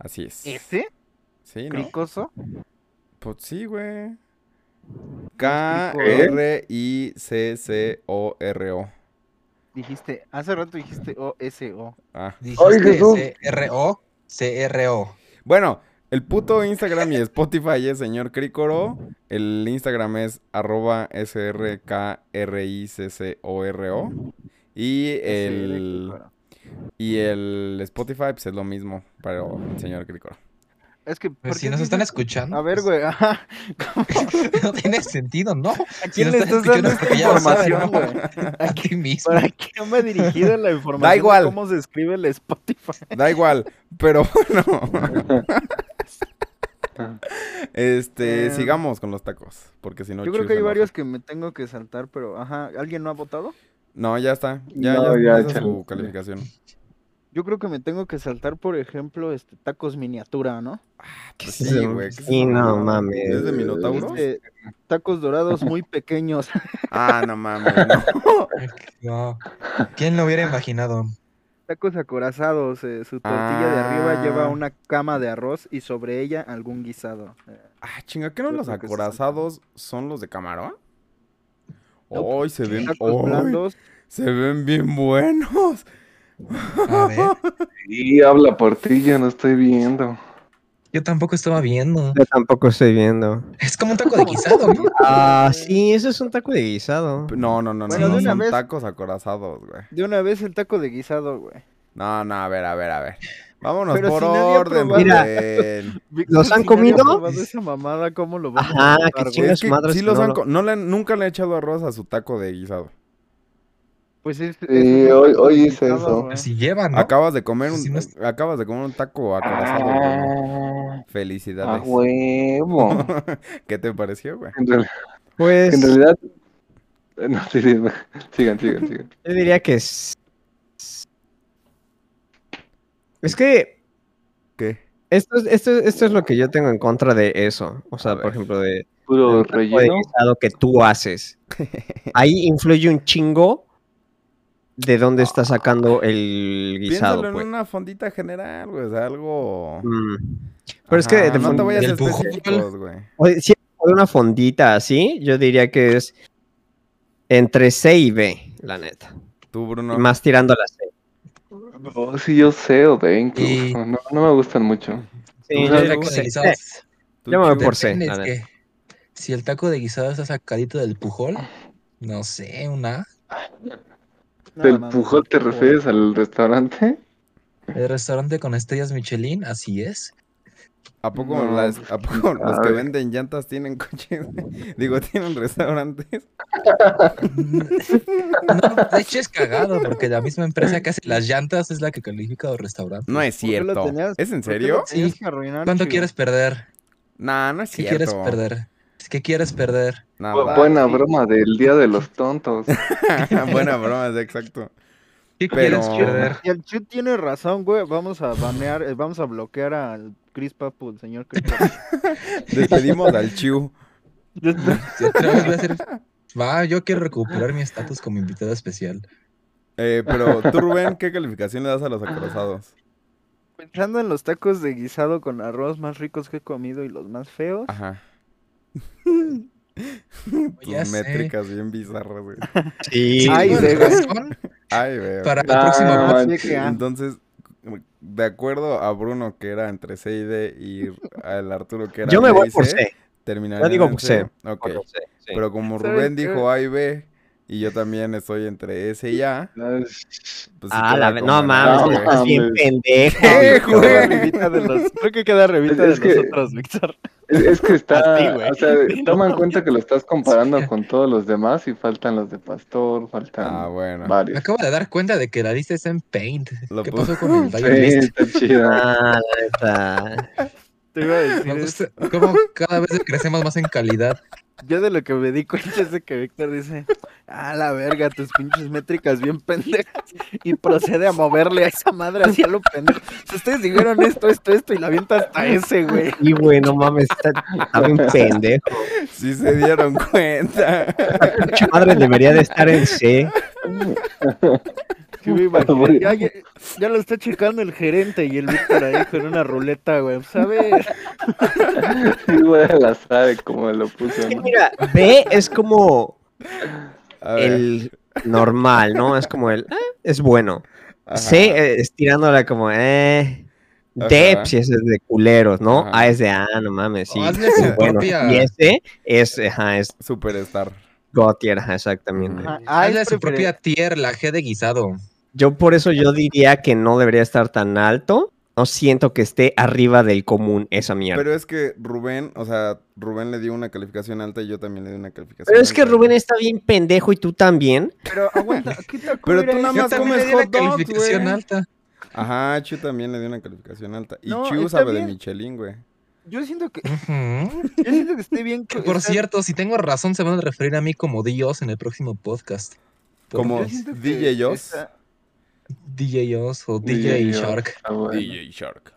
Así es.
¿Ese?
Sí, ¿no?
¿Cricoso?
Pues sí, güey.
Cricoso.
K-R-I-C-C-O-R-O.
Dijiste, hace rato dijiste O-S-O.
Ah.
Ay,
Dijiste
Jesús.
C-R-O, C-R-O.
Bueno, el puto Instagram y Spotify es señor Crícoro. El Instagram es arroba srkricccoro. Y el, y el Spotify pues, es lo mismo, pero el señor Crícoro.
Es que.
Pues
¿por
si
qué
nos están
dices-
escuchando.
A ver,
pues,
güey. ajá.
No tiene sentido, ¿no?
¿A quién le
nos están
estás
escuchando
dando
es
esta
porque ya lo saben,
información,
¿no?
güey?
A ti mismo.
¿Para qué me ha dirigido la información? de
igual.
¿Cómo se escribe el Spotify?
Da igual, pero bueno. Este,
Eh,
sigamos con los tacos, porque si no...
Yo creo
Chuy
que
se
hay
enoja.
varios que me tengo que saltar, pero. Ajá. ¿Alguien no ha votado?
No, ya está. Ya,
No,
ya,
ya,
esa es
chale.
su calificación.
Yo creo que me tengo que saltar, por ejemplo, este tacos miniatura, ¿no?
Pues
es
sí,
eso?
güey. ¿qué es
Sí,
esa
no
mamada?
mames.
¿Es de Minotauro?
Este, tacos dorados muy pequeños.
Ah, no mames, no.
No. ¿Quién lo hubiera imaginado?
Tacos acorazados. eh, su tortilla de arriba
Ah.
lleva una cama de arroz y sobre ella algún guisado. Eh,
Ah, chinga, ¿qué no
Yo
los
creo que sí.
acorazados son los de camarón? ¡Ay,
Nope.
se ven!
Tacos
ay,
blandos.
¡Se ven bien buenos!
A ver,
Y habla por ti, yo no estoy viendo.
yo tampoco estaba viendo.
Yo tampoco estoy viendo.
Es como un taco de guisado, ¿no?
Ah, sí, eso es un taco de guisado.
No, no, no,
Bueno,
no,
de una
son
vez-
tacos acorazados, güey.
De una vez el taco de guisado, güey.
No, no, a ver, a ver, a ver. Vámonos
Pero
por
si nadie ha
orden,
probado-
Mira.
güey.
¿Los han
Si nadie ha
comido?
probado esa mamada, ¿cómo lo vamos
Ajá,
a votar,
que
güey?
chingas.
Es que
madres
sí
que
los
no
han...
lo-
co- no le han- nunca le he echado arroz a su taco de guisado.
Pues es, es
Sí,
un
hoy-
taco
hoy
de
hice
guisado,
eso.
güey.
Así llevan, Pues ¿no?
Acabas de comer un...
Sí, no es-
Acabas de comer un taco acorazado, güey.
Ah, a
Felicidades.
huevo.
¿Qué te pareció, güey?
En realidad,
Pues
en realidad- eh, No, sí, sí, no. sigan, sigan, sigan.
yo diría que es. Es que
¿Qué?
esto, es- esto, esto es lo que yo tengo en contra de eso. O sea, por ejemplo, de,
Puro
el taco de
relleno.
guisado que tú haces. Ahí influye un chingo de dónde está sacando el guisado,
Ah. Piénsalo en
pues.
una fondita general, güey, o sea, algo...
Mm. Pero es que de
Ajá, no te
fondo-
vayas a
del pujol.
específicos, güey.
o- si es una fondita así, yo diría que es entre C y B, la neta.
Tú,
Y
Bruno.
Más tirando a la C.
No, sí, yo sé o de incluso.
Y-
No, no me gustan mucho.
Sí,
Ujú.
yo diría que
Pues taco de
C.
guisado.
Eh, yo me voy por C,
Depende,
la
es
neta.
que si el taco de guisado está sacadito del pujol, no sé, una A.
No,
¿Del
mames,
pujol te
pujol.
refieres al restaurante?
El restaurante con estrellas Michelin, así es.
¿A poco,
No,
las-
pues,
¿a poco los
Ah.
que
sabe.
venden llantas tienen coches? Digo, tienen restaurantes.
Mm, No, de hecho es cagado, porque la misma empresa que hace las llantas es la que califica los restaurantes.
No es
¿Por qué lo
cierto.
tenías-
¿Es en
¿Por qué
serio?
lo tenías
Sí.
que arruinar,
¿Cuánto
chico?
quieres perder?
Nah, no es
¿Qué
cierto.
quieres perder? ¿Qué quieres perder?
Nada.
Buena broma del Día de los Tontos.
Buena broma, sí, exacto.
¿Qué
Pero-
quieres perder?
Y el Chu tiene razón, güey. Vamos a banear, eh, vamos a bloquear al Chris Papu, el señor Chris Papu.
Despedimos al Chiu.
Otra vez voy a hacer- Va, yo quiero recuperar mi estatus como invitado especial.
Eh, pero tú, Rubén, ¿qué calificación le das a los acorazados?
Pensando en los tacos de guisado con arroz más ricos que he comido y los más feos.
Ajá.
Pues Ya
Tus
sé.
métricas bien bizarras, güey.
Sí.
Ay,
Tienes
de-
razón
Ay, veo.
para
Ah,
la próxima
Así
manches.
que, ah,
Entonces, de acuerdo a Bruno, que era entre C y D, y al Arturo, que era
Yo me
B
voy
y
por
C,
C.
terminarían
Yo digo
en
C.
Ok.
por C, sí.
Pero como
¿Sabes
Rubén
qué?
dijo A y B, Y yo también estoy entre S y A. pues sí
Ah,
queda
la ve-
como
no
en
mames,
A,
no
güey.
estás bien
mames.
pendejo.
¿Qué,
Víctor.
güey?
Revita de los- Creo que queda revista de
Es que-
nosotros, Víctor.
Es, es que está,
Así, güey.
o sea,
No
toma en
mames.
cuenta que lo estás comparando con todos los demás y faltan los de Pastor, faltan
Ah, bueno.
varios.
Me acabo de dar cuenta de que la lista está en Paint.
Lo
¿Qué
puse-
pasó con el
Sí,
Dying List?
está chida.
Ah, la neta.
Te iba a
Me
decir, este,
gusta cómo cada vez crecemos más en calidad.
yo de lo que me di cuenta es de que Víctor dice, ah, la verga, tus pinches métricas bien pendejas, y procede a moverle a esa madre hacia lo pendejo. Si ustedes dijeron esto, esto, esto, y la avienta hasta ese, güey.
Y güey, no mames, está, está bien pendejo.
Sí se dieron cuenta.
Pinche madre debería de estar en C.
Sí me imaginé. Ya, ya- ya lo está checando el gerente y el Víctor ahí con una ruleta, güey. Pues, ¿Sabes?
Igual la sabe como lo puso. ¿no?
Mira, B es como
A ver,
el normal, ¿no? Es como el, "Ah, es bueno.
ajá.
C eh, es tirándola como, eh. D,
Ajá.
pues, ese es de culeros, ¿no?
Ajá.
A es de, ah, no mames, sí.
O Oh, hazle su
muy bueno.
propia-
Y S es, ajá, es
Superstar.
Gautier, ajá, exactamente.
Ajá.
Ah,
Hazle
es
su
porque-
propia tier, la G de guisado.
Yo por eso yo diría que no debería estar tan alto. No siento que esté arriba del común esa mierda. Pero,
Pero es que Rubén, o sea, Rubén le dio una calificación alta y yo también le di una calificación
es que
alta.
Rubén está bien pendejo y tú también.
Pero aguanta, ¿qué te
Pero
ocurre?
tú nada
Yo
más
también
comes
le di una
hot dogs,
calificación
¿eh?
güey.
alta.
Ajá, Chu también le dio una calificación alta. Y
No,
Chu
está
sabe de
bien.
Michelin, güey.
Yo siento que,
Ujú.
yo siento que estoy bien.
Que, Por
está-
cierto, si tengo razón, se van a referir a mí como Dios en el próximo podcast. Por
Como
yo siento que
DJ Oz.
está-
DJ Oz o DJ,
DJ Oz.
Shark.
Ah, bueno.
Shark.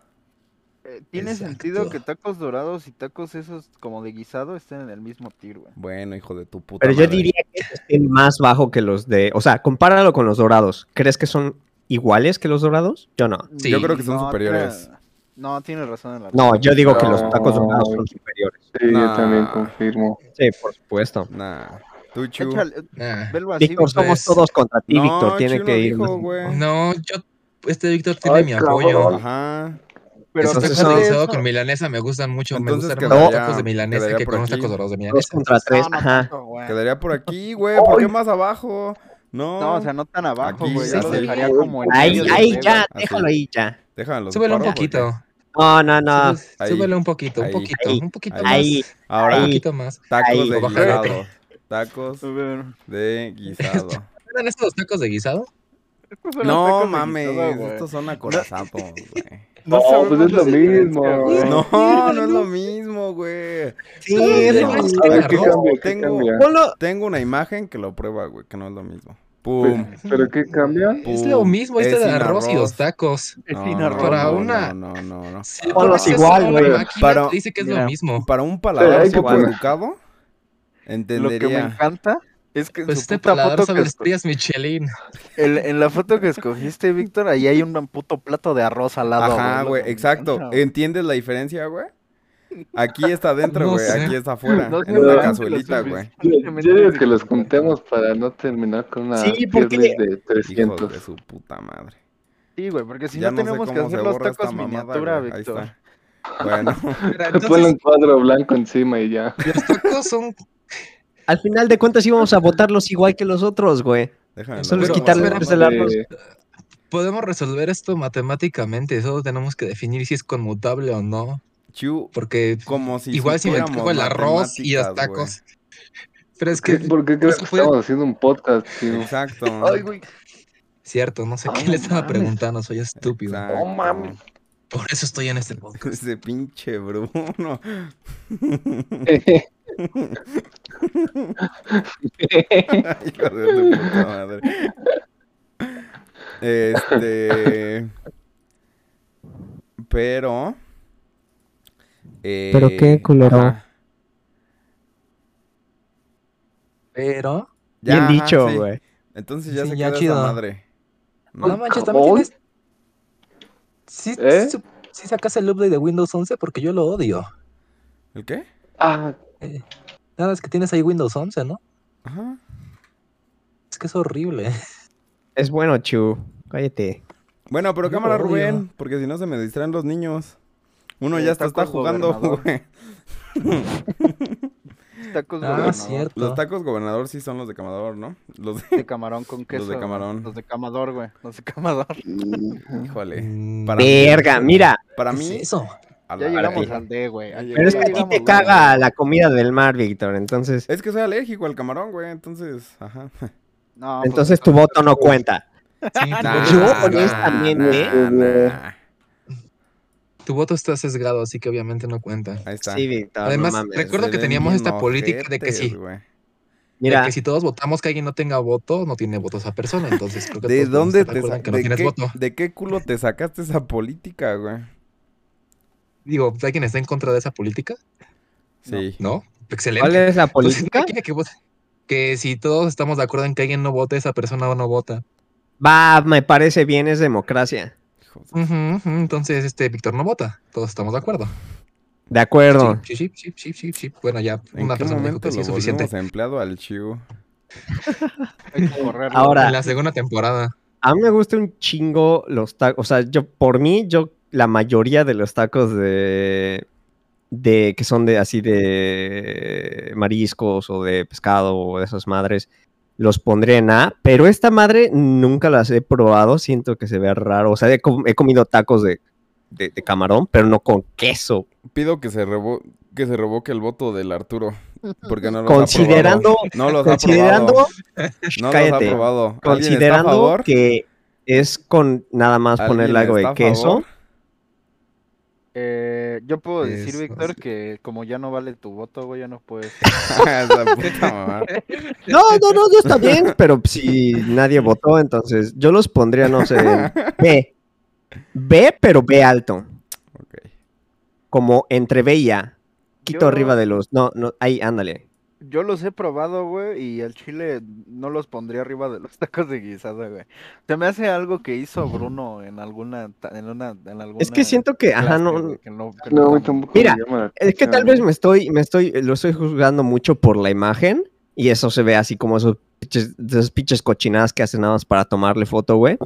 eh, Tiene
Exacto.
sentido que tacos dorados y tacos esos como de guisado estén en el mismo tiro, güey.
Bueno, hijo de tu puta
Pero yo
madre.
diría que esté más bajo que los de... O sea, compáralo con los dorados. ¿Crees que son iguales que los dorados? Yo no.
Sí.
Yo creo que son
No,
superiores.
tiene- No, tienes razón en la
No, yo digo que los
No.
tacos dorados son superiores.
Sí,
Nah.
yo también confirmo.
Sí, por supuesto.
Nah. Tú, Chu.
Échale,
Nah.
velo así,
Víctor,
Víctor.
somos todos contra ti,
No,
Víctor. Tiene
Chu
que
no
ir.
dijo,
más-
güey.
No, yo. Este Víctor tiene
Ay,
mi apoyo.
cabrón.
Ajá.
Pero
Esos
entonces
tacos de
fíjate
son-
guisado
eso.
con milanesa me gustan mucho.
Entonces
me gustan más los
quedaría-
tacos de milanesa
quedaría
que
por
con los
aquí.
tacos dorados de
Dos
milanesa.
contra tres,
No, no
ajá.
tanto, güey.
Quedaría por aquí, güey. ¿Por qué más abajo? No.
No, o sea, no tan abajo,
Aquí
güey.
sí
Yo lo
se-
dejaría como en
Ahí,
medio de
ahí,
huevo.
ya,
Así.
déjalo ahí, ya.
Déjalo.
Súbelo un poquito.
No, no, no.
Súbele-
Ahí.
Súbelo un poquito, un
Ahí.
poquito,
Ah, Ahí.
un poquito más.
Ahí,
Ahora,
Un
Ahí.
poquito más.
tacos
Ahí.
de
Bájale.
guisado. Tacos
A ver,
de guisado.
¿Eran estos tacos de guisado?
estos son los tacos
No
de
mames,
guisado, güey.
estos son acorazados, güey.
No, pues es
sabemos
lo
la
mismo.
diferencia,
güey.
No, no es lo mismo, güey.
Sí,
es
es
lo
lo
mismo.
mismo.
A ver, ¿qué
Arroz,
cambia? ¿Qué
tengo-
cambia?
Ponlo-
Tengo una imagen que lo prueba, güey, que no es lo mismo.
Pues,
Pum.
¿Pero qué cambia?
Es lo mismo, este
uh, Es
de
sin
arroz y
arroz.
los tacos.
Es
No,
sin
no,
arroz.
Para
no,
una-
No, no, no, no.
Sí,
Ponlos
porque
igual,
solo
güey.
la máquina
Para-
te dice que es
Mira.
lo mismo.
Para un
Pero
paladar
hay
un
que
poco
poner-
educado,
Lo que me
entendería.
encanta es que en,
Pues
su
este
puta
paladar
foto
sabe
que esco-
estrellas Michelin.
en- en la foto que escogiste, Víctor, ahí hay un puto plato de arroz al lado.
Ajá,
es lo
güey,
que me
exacto.
encanta, güey.
¿Entiendes la diferencia, güey? Aquí está adentro,
No
güey.
sé.
Aquí está afuera.
No
en
sé,
una
güey.
cazuelita, güey.
Yo, yo digo que los contemos para no terminar con una
Sí,
tier
porque-
list de
Hijos
300.
de su puta madre.
Sí, güey, porque si
Ya
no
sé
tenemos que
cómo se
hacer los
borra esta
tacos
mamada,
miniatura,
güey. Ahí
Víctor.
está. Bueno,
Ponle
Entonces,
un cuadro blanco encima y ya.
los tacos son...
Al final de cuentas íbamos a votarlos igual que los otros, güey.
déjame.
Solo es
Pero-
quitarle
espera,
tres del arroz.
Eh,
Podemos resolver esto matemáticamente, solo tenemos que definir si es conmutable o no,
Chu,
porque
como si
igual si me
supiéramos
cago el arroz y los
matemáticas, güey.
tacos. Pero es
¿qué-
que,
¿Por qué crees
eso
que
fue-
estamos haciendo un podcast? tío?
Exacto.
Ay, güey.
cierto, no sé
Ah,
qué
no
le estaba
mames.
preguntando, soy estúpido.
Exacto.
No mames.
Por eso estoy en este podcast.
Ese pinche Bruno. Hijo de tu puta madre. Este. Pero.
¿Pero qué,
eh,
culero?
ajá.
Pero...
Ya,
Bien
ajá,
dicho,
sí.
güey.
Entonces ya
Sí,
se
ya
queda esa
chido. Pues,
madre.
No,
No,
manches,
¿Cómo?
también tienes... Sí,
¿Eh?
sí- sí sacas el update de Windows 11 porque yo lo odio.
¿El qué?
Ah,
Nada, es que tienes ahí Windows 11, ¿no?
Ajá.
Es que es horrible.
Es bueno, Chu. Cállate.
Bueno, pero
Yo
cámara,
odio.
Rubén, porque si no se me distraen los niños. Uno
Sí,
ya hasta
está
está
con
jugando,
gobernador.
güey.
Tacos
Ah,
gobernador.
cierto.
Los tacos gobernador sí son los de camador, ¿no? Los de...
De camarón con queso.
de
güey.
camarón.
Los de camador, güey. Los de camador.
Híjole.
Mm,
Para-
Verga, mira.
Para
¿qué
mí...
es eso?
a la-
Ya
a la-
llegamos al D, güey. Aquí
Pero es que a ti
llegamos,
te
güey.
caga la comida del mar, Víctor. Entonces,
Es que soy alérgico al camarón, güey, entonces... Ajá.
No, pues,
entonces tu voto no cuenta.
Sí, tu,
Nah,
voto,
Ah, yo honestamente- ¿eh?
nah, nah.
tu voto está sesgado, así que obviamente no cuenta.
Ahí está.
Sí, Víctor.
Además,
no mames.
recuerda-
Se
que
ven
teníamos
bien
esta política de que sí.
ojetes, güey.
De
mira,
que si todos votamos que alguien no tenga voto, no tiene voto esa persona. Entonces creo que
¿De
todos podemos
dónde
estar de
te
acuerdo en
sa-
que no
de
tienes
qué-
voto.
¿De qué culo te sacaste esa política, güey?
Digo, ¿hay quien está en contra de esa política?
Sí.
¿No? Excelente.
¿cuál es la
Entonces,
política?
¿quién quiere Pues que, vote? que si todos estamos de acuerdo en que alguien no vote, esa persona no vota.
Va, me parece bien, es democracia.
Hijo de-
Ujú, ujú, Entonces, este Víctor no vota. Todos estamos de acuerdo.
De acuerdo.
Sí, sí, sí, sí, sí, sí. Bueno, ya
¿En
una
qué
persona dijo
momento
que sí
lo
es suficiente.
volvimos empleado al chivo?
hay que correrlo.
Ahora-
En la segunda temporada.
A mí me gusta un chingo los tacos. O sea, yo, por mí, yo, la mayoría de los tacos de. de que son de así de mariscos o de pescado o de esas madres, los pondré en A, pero esta madre nunca las he probado. Siento que se ve raro. O sea, he, com- he comido tacos de, de- de camarón, pero no con queso.
Pido que se, revo- que se revoque el voto del Arturo. Porque no los
Considerando-
ha probado. No los
Considerando.
ha probado. No los ha
cállate.
probado. ¿Alguien está a
Considerando
favor?
que es con nada más
¿Alguien
ponerle algo
está
de
a
queso.
favor?
Eh, yo puedo decir,
Eso,
Víctor,
sí.
que como ya no vale tu voto, güey, ya no puedes.
Esa puta mamá.
No, no, no, no está bien, pero si nadie votó, entonces yo los pondría, no sé, en B. B, pero B alto.
Ok.
Como entre B y A. Quito
Yo-
arriba de los. No, no, ahí, ándale.
Yo los he probado, güey, y el chile no los pondría arriba de los tacos de guisada, güey. Se me hace algo que hizo Bruno en alguna, ta- en una, en alguna.
Es que siento que, ajá,
clase,
no.
güey, que no- que
No,
no-
güey, tampoco
Mira,
me llama la
Es que tal
atención.
vez me estoy, me estoy, lo estoy juzgando mucho por la imagen. Y eso se ve así como esos pinches, esas pinches cochinadas que hacen nada más para tomarle foto, güey.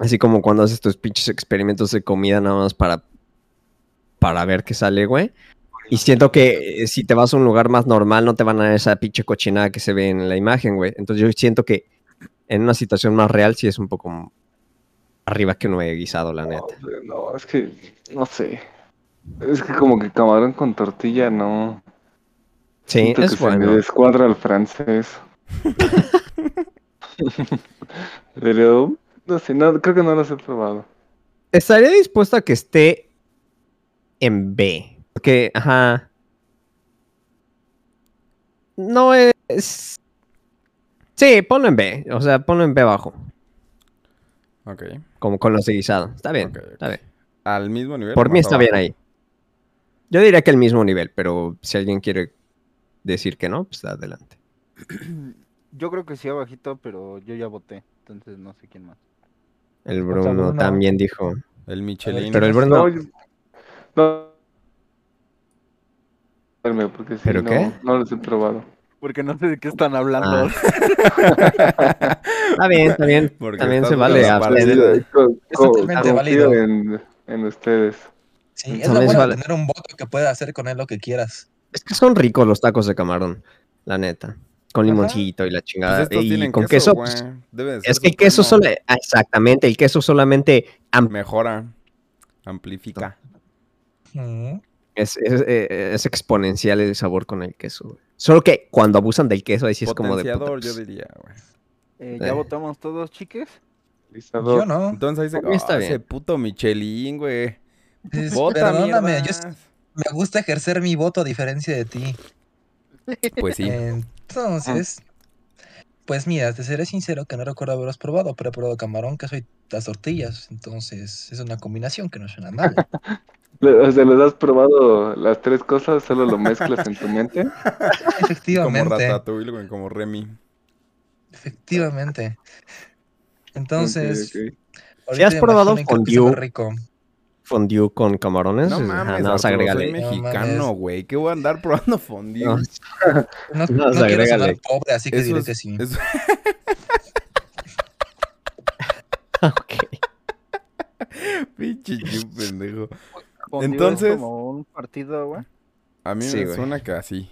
Así como cuando haces tus pinches experimentos de comida nada más para, para ver qué sale, güey. Y siento que eh, si te vas a un lugar más normal no te van a dar esa pinche cochinada que se ve en la imagen, güey. Entonces yo siento que en una situación más real sí es un poco arriba que un huevo guisado, la neta.
No, güey, No, es que, no sé. Es que como que camarón con tortilla, no.
Sí,
Siento que
es
se me
bueno.
descuadra el francés. Pero, no sé, no, creo que no los he probado.
Estaría dispuesto a que esté en B. Porque, ajá. No es. Sí, ponlo en B. O sea, ponlo en B bajo.
Ok.
Como con los de guisado. Está bien.
Ok, ok.
Está bien.
Al mismo nivel.
Por
o
mí
más
está
abajo?
bien ahí. Yo diría que el mismo nivel, pero si alguien quiere decir que no, pues adelante.
Yo creo que sí abajito, pero yo ya voté, entonces no sé quién más.
El
O sea,
Bruno
Bruno.
también dijo.
El Michelin.
Pero el Bruno.
No, yo- no. Espérame, Porque sí,
¿Pero
no,
qué?
no los he probado.
Porque no sé de qué están
Ah.
hablando.
Pues
Está bien, está bien.
Porque
también
estás
se
de
vale.
la
abstener.
partida.
Sí, co-
Es
co-
totalmente
confío
válido.
En, en ustedes.
Sí, es
Tal
lo
vez
bueno de
vale-
tener un voto que pueda hacer con él lo que quieras.
Es que son ricos los tacos de camarón, la neta. Con
Ajá.
limoncito y la
Pues
chingada.
estos
y
tienen
con queso,
queso, güey.
pues,
Debe de ser
es que el queso
supremo.
solo, ah, exactamente, el queso solamente am-
Mejora. Amplifica.
Mm.
es, es- eh, es exponencial el sabor con el queso. güey. Solo que cuando abusan del queso, ahí sí es como de. puta,
Potenciador, yo
pues,
diría, güey.
Eh, ¿Ya
Eh.
votamos todos, chiques?
Lisador.
Yo no.
Entonces ahí se...
Por mí está
Ah,
bien.
ese puto Michelin, güey.
Pues,
Vota,
perdóname,
mierda.
yo s- me gusta ejercer mi voto a diferencia de ti.
Pues sí.
Entonces, pues mira, te seré sincero que no recuerdo haberlos probado, pero he probado camarón, queso y las tortillas. Entonces, es una combinación que no suena mal.
Le- O sea, ¿les has probado las tres cosas? ¿Solo lo mezclas en tu mente?
Como
Efectivamente,
Ratatouille, güey, como Remy.
efectivamente. Entonces,
Ok, ok.
Si has
ahorita me
probado
imagino y creo que sabe
fondue,
rico.
Fondue con camarones,
No
Pues, ajá,
mames,
nada más
Arturo,
agrégale.
soy
No
mexicano,
mames.
güey. ¿Qué voy a andar probando fondue?
No,
No,
No,
no
o sea,
quiero sonar
agrégale.
pobre, así que
Eso
diré
es-
que sí.
eso-
ok.
Pinche Yu, pendejo.
Contigo es
Entonces-
Como un partido, güey.
A mí
Sí,
me
güey.
suena que así.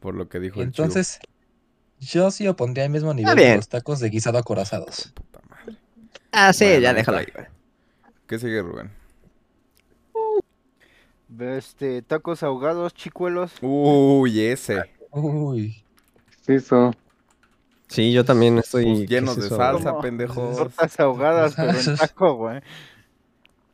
Por lo que dijo el Chivo.
Entonces, yo sí lo pondría al mismo nivel
bien.
que los tacos de guisado acorazados.
Puta madre.
Ah, sí,
Bueno,
ya
ahí
déjalo ahí,
está.
güey.
¿Qué sigue, Rubén?
Este, tacos ahogados, chicuelos.
Uh. Uy, ese.
Uy,
Eso.
Sí, yo también estoy.
Pues
¿qué es
llenos de
eso,
salsa,
¿Cómo?
pendejos.
Tortas ahogadas, pero en
Esos-
taco, güey.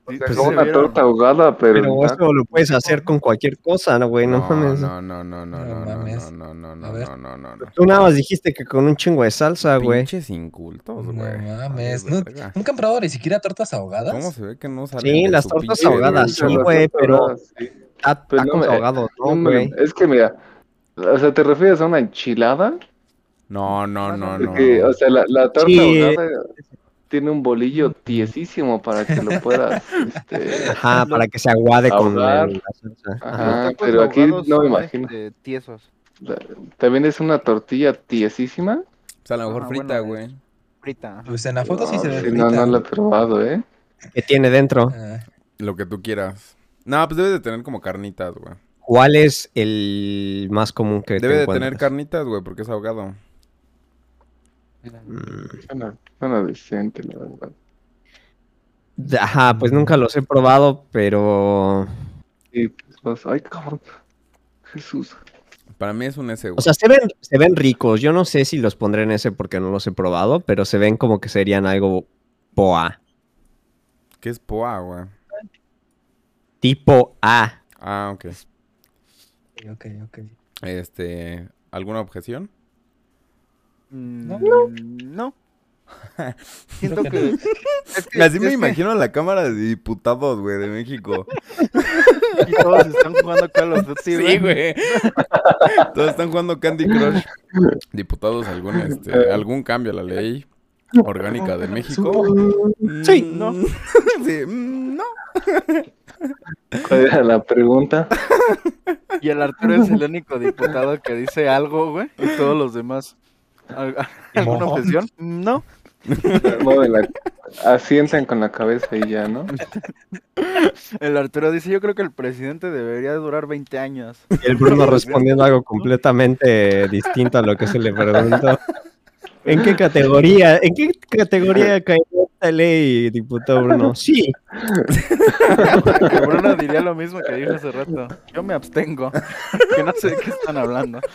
O
Sí, pues
sea,
sí
como
se
una
vieron.
torta ahogada, pero.
Pero
en taco.
eso lo puedes hacer con cualquier cosa, ¿no, güey? No, mames.
no, no, no, no, no,
No
no,
mames.
no, no, no,
A ver.
no, no, no, no.
Tú nada más dijiste que con un chingo de salsa, Ah, güey.
Pinches incultos,
no
güey.
mames.
Ay,
No,
verga.
nunca han probado ni siquiera tortas ahogadas.
¿Cómo se ve que no salen
Sí,
de
las
su
tortas
pinche
ahogadas,
ducha?
sí,
Las
güey,
tortas
pero-
ahogadas, sí.
Ta-
Pues no
tacos
me-
ahogados,
No,
¿no,
hombre,
güey?
es que mira, o sea, ¿te refieres a una enchilada?
No, no, no, no.
Porque,
no.
o sea, la, la torta
Sí.
ahogada tiene un bolillo tiesísimo para que lo puedas, este...
Ajá, para que se aguade con
Ahogar.
el- la salsa.
Ajá.
Ajá.
Ah,
Los tacos
pero aquí
ahogados
no me
son,
imagino.
este, tiesos,
También es una tortilla tiesísima.
O sea, a lo mejor
Ah,
frita,
bueno,
güey.
frita. ajá.
Pues en la foto sí se
No,
ve
Ah, sí,
frita.
No, no la he probado, ¿eh?
¿Qué tiene dentro?
Ah,
Lo que tú quieras. No, pues debe de tener como carnitas, güey.
¿Cuál es el más común que te
Debe de tener
encuentras?
carnitas, güey, porque es ahogado.
Mm,
Suena, suena decente, la verdad.
Ajá, pues nunca los he probado, pero...
Y pues vas, ay, cabrón. Jesús.
Para mí es un S, güey.
O sea, se ven, se ven ricos. Yo no sé si los pondré en ese porque no los he probado, pero se ven como que serían algo poa.
¿Qué es poa, güey?
Tipo A.
Ah, ok.
ok, ok.
Este, ¿alguna objeción?
Mm,
No.
No. Siento
que
que.
no.
es que-
Así me
es que-
imagino a la Cámara de Diputados, güey, de México.
Y todos están jugando Call of Duty, güey.
Todos están jugando Candy Crush. Diputados, algún, este, algún cambio a la ley orgánica de México.
Sí.
Mm, sí, mm, no.
¿Cuál era la pregunta?
Y el Arturo es el único diputado que dice algo, güey. Y todos los demás. ¿Al- ¿Alguna
No.
objeción? No.
Mueven la- Asientan con la cabeza y ya, ¿no?
El Arturo dice: Yo creo que el presidente debería durar 20 años.
Y el Bruno respondiendo algo completamente distinto a lo que se le preguntó. ¿En qué categoría? ¿En qué categoría cae esta ley, diputado Bruno? Sí.
Que Bruno diría lo mismo que dijo hace rato. Yo me abstengo. Que no sé de qué están hablando.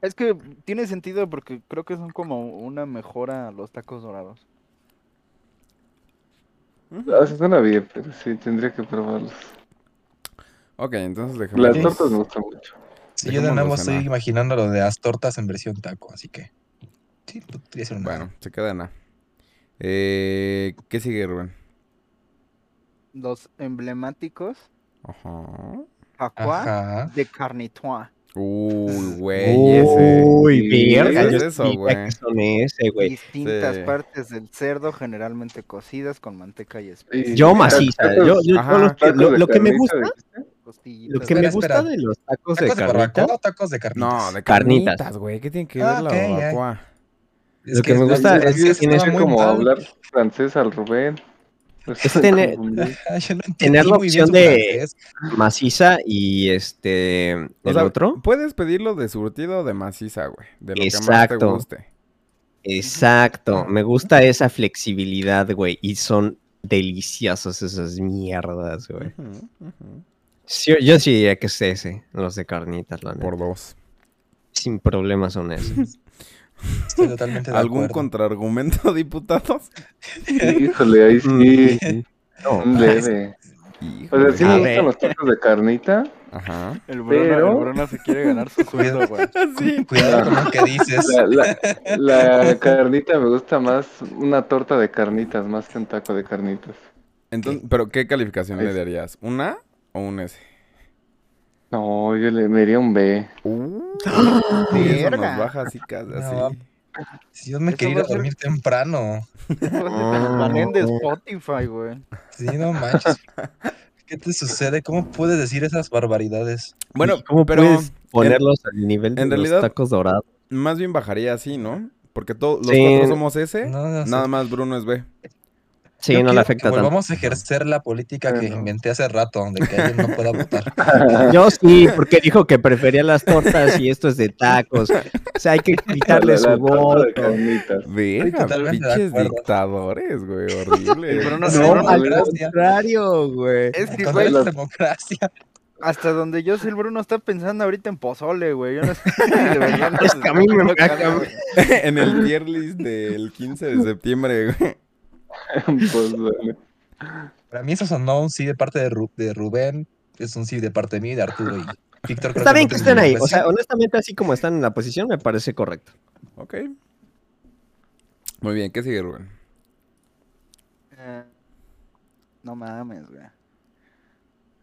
Es que tiene sentido porque creo que son como una mejora a los tacos dorados.
O sea, Ah, suena bien, pero sí, tendría que probarlos.
Ok, entonces dejemos.
Las tortas me gustan mucho.
Sí, yo de nuevo
Dejémonos en
estoy
A.
imaginando lo de las tortas en versión taco, así que. Sí, podría ser una.
Bueno, se queda en A. Eh, ¿Qué sigue, Rubén?
Los emblemáticos.
Ajá.
Jacuá
Ajá.
de carnitois.
Uy, güey, ese.
Oh. Uy, verga.
¿Qué
Yo
es
eso,
eso, güey?
que son ese, güey.
Distintas
sí.
partes del cerdo, generalmente cocidas con manteca y especias.
Y-
Yo maciza.
Tacos-
Yo, yo- yo
Ajá.
los que-
tacos
lo,
de
lo que me
carnita,
gusta,
dijiste.
costillitas.
lo que
Espera,
me gusta
espera.
de los tacos de
¿Tacos de barbacoa
carnita,
o tacos de carnitas?
No, de
Carnitas.
carnitas, güey. ¿Qué tiene que ver
Ah,
la
ok, ya.
barbacoa?
Es
Lo que me gusta
es,
es que
que
tiene
estaba muy
como
mal.
hablar francés al Rubén.
Es tener-
Ah, Yo no entendí
Tener la
muy bien
opción
su
de-
francés.
maciza y este, el
O sea,
otro.
Puedes pedirlo de surtido o de maciza, güey. De lo que más te
Exacto.
guste.
Exacto, me gusta esa flexibilidad, güey, y son deliciosas esas mierdas, güey.
Ujú, ujú.
Sí, yo sí diría que es ese, los de carnitas, la neta.
Por dos.
Sin problemas son esos.
Estoy totalmente de
¿Algún
acuerdo.
contraargumento, diputados?
Híjole, ahí sí.
Mm.
Un
No,
leve.
ah,
O sea,
Híjole.
sí
A
me
ver.
gustan los tacos de carnita.
Ajá.
El Bruno, el
Pero-
Bruno se quiere ganar su sueldo, güey.
Cuidado con lo que dices.
La, la- la carnita me gusta más, una torta de carnitas más que un taco de carnitas.
Entonces, ¿Pero qué calificación le
Es-
darías? ¿Una o un S?
No, yo le me diría un B.
Uh, eso nos
verga.
baja así, casi,
No,
así.
Si yo me
Eso
quería ir
va
a
a ser-
dormir temprano.
Nos banean de Spotify, güey.
Sí, no manches. ¿Qué te sucede? ¿Cómo puedes decir esas barbaridades?
Bueno,
¿Cómo
pero
puedes ponerlos al nivel de
en
los
realidad-
tacos dorados?
más bien bajaría así, ¿no? Porque todos los
Sí.
cuatro somos S.
No, no sé.
Nada más Bruno es B.
Sí,
Yo
no
quiero
le
que
afecta tanto.
Volvamos a ejercer la política que
Bueno.
inventé hace rato, donde que alguien no pueda votar.
Yo sí, porque dijo que prefería las tortas y esto es de tacos. O sea, hay que quitarle su
La torta
voto.
de carnitas.
Verga,
totalmente de
pinches
acuerdo.
dictadores, güey, horrible.
Pero no,
No,
sé,
al
güey.
gracia.
Contrario, güey.
Es que,
Contra
güey,
la
las-
democracia.
hasta donde yo sé, el Bruno está pensando ahorita en pozole, güey. Yo no sé. De verdad, no
Es
sé.
que a mí me-
Toca,
a- a-
güey.
en el tier list del 15 de septiembre, güey.
Pues, bueno.
Para mí eso sonó un sí de parte de, Ru- de Rubén, es un sí de parte de mí, de Arturo y Víctor. creo
Está bien
no
que
tengo
estén ahí. O
ninguna
sea,
versión.
honestamente, así como están en la posición, me parece correcto.
Ok. Muy bien, ¿qué sigue, Rubén?
Eh, No mames, güey.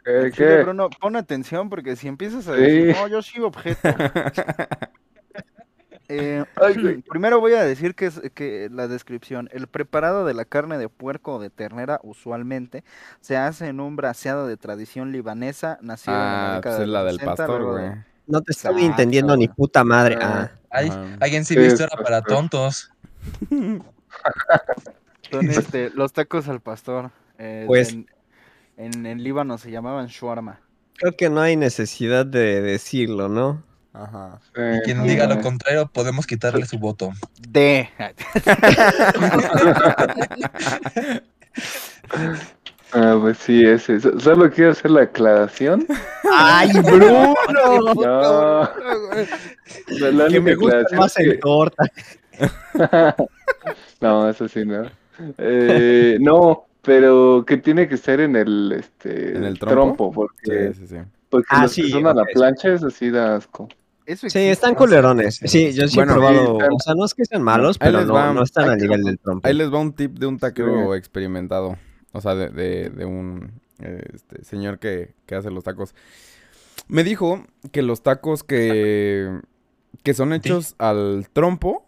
¿Qué,
Al chile,
qué?
Bruno, pon atención porque si empiezas a
Sí.
decir, no, yo soy objeto. Eh,
Ay, güey.
primero voy a decir que, es, que la descripción, el preparado de la carne de puerco o de ternera usualmente se hace en un braseado de tradición libanesa nacido en la
Ah,
década
pues es
del
la del
60,
pastor,
luego de-
güey.
No te estoy
Exacto,
entendiendo ni
güey.
puta madre. Ah.
Ah.
Ay,
Ajá.
alguien sí
Sí,
vio esto era
exacto.
para tontos.
Son este, los tacos al pastor. eh,
Pues-
En, en, en Líbano se llamaban shawarma.
Creo que no hay necesidad de decirlo, ¿no?
Ajá.
Eh,
Quien
no
diga lo
mames.
contrario, podemos quitarle su voto.
De.
Ah, pues sí, ese. So- Solo quiero hacer la aclaración.
¡Ay, Bruno!
No. La, la
que
única
me gusta
aclaración
más
que-
el torta.
no, eso sí, no. Eh, no, pero que tiene que ser en el, este,
¿En el trompo?
porque,
Sí, sí, sí.
porque
Ah,
los que
sí,
son a la
ok, sí.
plancha es así da asco.
Eso
Sí,
existe.
están culerones. Sí, yo sí
Bueno,
he probado.
sí,
O sea, no es que sean malos,
Ahí
pero
les
no,
va.
no están
Ahí
al
les
nivel
va.
del trompo.
Ahí les va un tip de un taquero
Sí.
experimentado. O sea, de, de- de un eh, este, señor que, que hace los tacos. Me dijo que los tacos que, que son hechos al trompo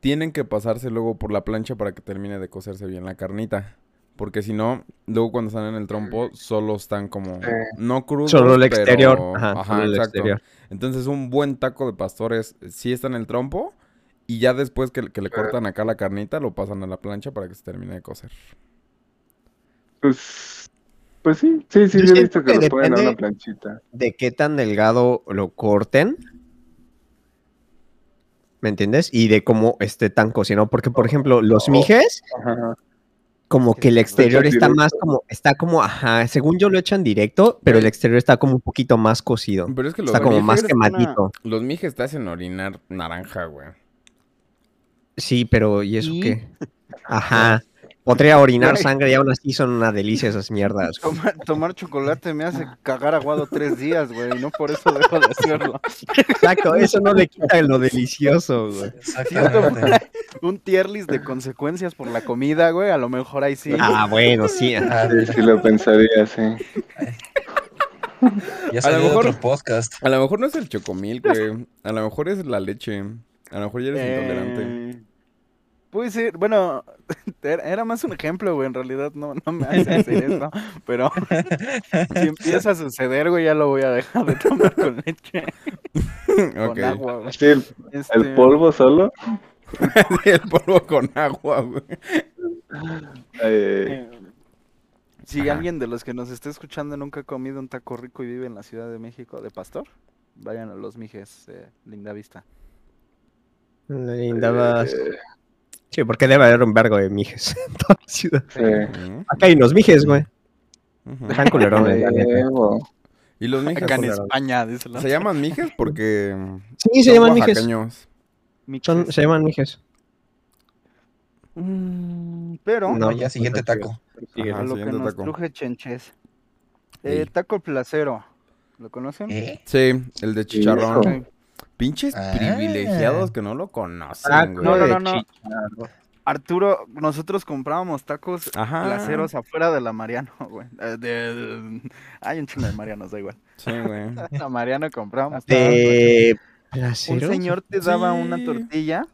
tienen que pasarse luego por la plancha para que termine de cocerse bien la carnita. Porque si no, luego cuando están en el trompo, solo están como.
Sí.
No crudos.
Solo el
pero-
exterior. Ajá,
ajá,
solo el
exacto.
exterior.
Entonces, un buen taco de pastores sí está en el trompo. Y ya después que, que le cortan acá la carnita, lo pasan a la plancha para que se termine de cocer.
Pues, pues sí, sí, sí,
Yo
yo he
siento
visto que, lo
que
ponen a
depende-
una planchita.
de qué tan delgado lo corten. ¿Me entiendes? Y de cómo esté tan cocinado. Porque, por ejemplo, los
Oh.
mijes,
Ajá.
como que el exterior
echan
está más
directo.
como, está como, ajá, según yo lo echan directo, pero el exterior está como un poquito más cocido.
Pero es que los,
Está como
mijes,
más
mijes es una-
quemadito.
los mijes te hacen orinar naranja, güey.
Sí, pero ¿y eso
Y-
qué? Ajá. Podría orinar sangre y aún así son una delicia esas mierdas. güey.
Tomar, tomar chocolate me hace cagar aguado tres días, güey, y no por eso dejo de hacerlo.
Exacto, eso no le quita lo delicioso, güey.
Exactamente.
Un tier list de consecuencias por la comida, güey, a lo mejor ahí sí.
Ah, bueno, sí. ajá.
Ah,
Sí, sí lo pensaría, sí.
ya salió de
mejor-
otro podcast.
A lo mejor no es el chocomil, güey. A lo mejor es la leche. A lo mejor ya eres intolerante.
Eh, Puede ser, bueno, era era más un ejemplo, güey, en realidad no, no me hace hacer esto, pero si empieza a suceder, güey, ya lo voy a dejar de tomar con leche,
Ok.
con agua, güey.
Sí, el,
Este,
el polvo solo.
Sí, el polvo con agua, güey.
Eh,
eh, Si
Ajá.
alguien de los que nos está escuchando nunca ha comido un taco rico y vive en la Ciudad de México de pastor, vayan a los mijes, eh, linda vista.
eh,
Linda vas. Sí, porque debe haber un vergo de mijes en toda la ciudad.
eh,
Ujú,
Acá hay unos mijes, güey.
ujú.
Están culerones, la
eh,
neta.
huevo.
Y los mijes
Acá en
son-
España, dice la
se llaman mijes porque mm,
Sí, se
son
llaman mijes.
oaxaqueños.
Son, se llaman mijes.
Mm, Pero
No,
ya, siguiente
está
taco.
Sigue
a
el
lo que
siguiente
nos
taco.
truje chenches. Eh,
Ey.
taco placero. ¿Lo conocen?
¿Eh?
Sí, el de chicharrón.
Hijo.
Ok.
Pinches
Ah.
privilegiados que no lo conocen,
Ah,
güey.
No, no,
de
no, no. Arturo, nosotros comprábamos tacos
Ajá.
placeros afuera de la Mariano, güey. Eh, de- Hay un chingo de Marianos, da igual.
Sí, güey.
La Mariano comprábamos.
De
pues,
tacos. Un
placeros.
señor te daba una
Sí.
tortilla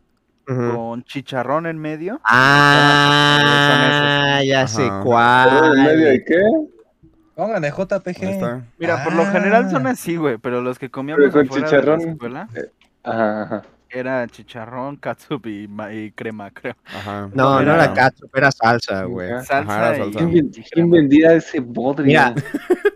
Ujú.
con chicharrón en medio.
Ah, ya sé
Ajá.
¿Polvo en medio
cuál.
de qué?
Pónganle JPG.
Ahí está.
Mira, por lo general son
Ah.
así, güey, pero los que comíamos
con
afuera de
chicharrón.
la escuela,
Ajá, ajá.
era chicharrón, katsup y, ma- y crema, creo.
Ajá.
No, no era
Era-
ketchup, era salsa, güey.
Salsa
era
y-
salsa.
¿Quién, ven- quién vendía ese bodrio?
Mira,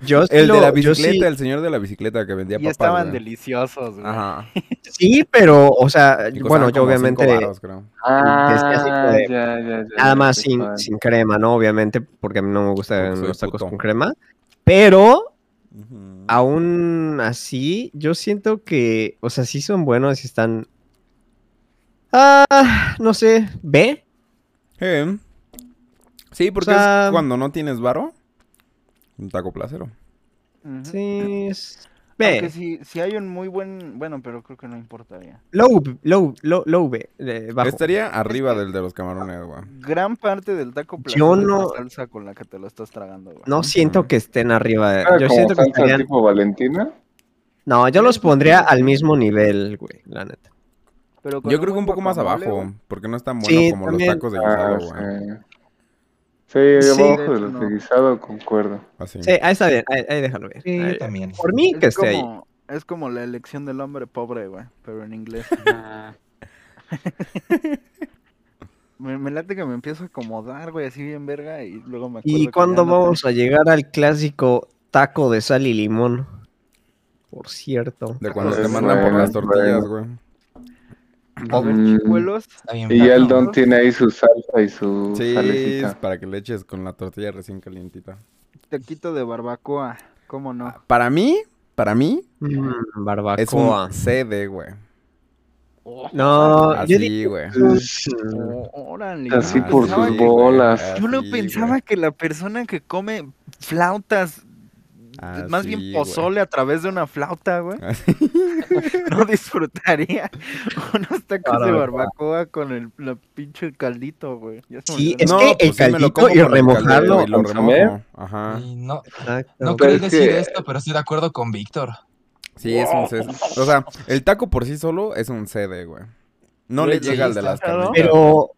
Yo sí
El de
lo-
la
yo sí-
bicicleta, el señor de la bicicleta que vendía
Y,
papas.
estaban
güey.
deliciosos, güey.
Ajá.
Sí, pero, o sea,
Y
bueno, yo
costaban como cinco
obviamente
varos, creo.
decía así
Ah,
como de-
ya, ya, ya,
nada
ya
más
sé
sin,
cuál.
sin crema, ¿no? Obviamente, porque a mí no me
Porque
gustan
soy
los tacos
puto.
con crema. Pero
Ujú.
aún así, yo siento que, o sea, sí son buenos y están. Ah, no sé, B.
Eh, Sí, porque
O sea-
es cuando no tienes varo, un taco placero.
Ujú.
Sí, es.
Aunque
B.
sí, sí hay un muy buen, bueno, pero creo que no importaría.
Low, low, low, low B. eh, bajo.
Estaría arriba del de los camarones, güey.
Gran parte del taco
Yo
placero es la
no-
salsa con la que te lo estás tragando, güey.
No siento
Ujú.
que estén arriba. de-
¿Era
Yo
como
siento que
salsa
estarían.
tipo Valentina?
No, yo los pondría al mismo nivel, güey, la neta.
Pero con
Yo creo que
buen
un poco más
guacamole,
abajo,
güey.
porque no es tan bueno
Sí,
como
también.
los tacos de
Ah,
guisado, güey.
sí. Sí,
Sí,
abajo
de
de
hecho,
los
no.
de guisado, concuerdo.
Así.
Sí, ahí está bien, ahí, ahí déjalo bien.
Sí,
Ahí-
yo también.
Por mí que
Es
esté ahí.
como, es como la elección del hombre pobre, güey, pero en inglés. Me, me late que me empiezo a acomodar, güey, así bien verga y luego me acuerdo
¿Y
que
cuándo
ya no
vamos a llegar al clásico taco de sal y limón? Por cierto.
De cuando te
Entonces,
mandan por
bueno,
las tortillas, güey.
tengo- A ver,
Mm,
chicuelos,
Está bien
Y ya el
bueno.
don tiene ahí su salsa y su
Sí, es
salecita.
para que le eches con la tortilla recién calientita.
taquito de barbacoa, ¿cómo no?
Ah.
Para mí, para mí,
Mm,
es
barbacoa.
un CD, güey.
No, Ah, yo
Así,
diría
güey.
que un-
Oh, órale.
Así
yo
Ah,
por
sí,
pensaba
sus
que-
güey,
bolas.
Yo lo
así,
pensaba
güey.
que la persona que come flautas,
Ah,
más
sí,
bien
güey.
pozole a través de una flauta, güey,
Así.
no disfrutaría unos tacos de
Claro,
barbacoa con el la pinche caldito, güey. Ya se me
Sí,
olvidó
es
el
No,
que el
pues sí me lo
caldito y
como con el caldo,
remojarlo.
güey, lo
¿Con samer?
remojo. Ajá.
Y no,
Exacto.
no
Pero
quería
es
decir
que-
esto, pero estoy de acuerdo con Víctor.
Sí, es un CD. O sea, el taco por sí solo es un CD, güey. No
Güey,
le llega al de las
está, ¿no?
carnitas.
Pero,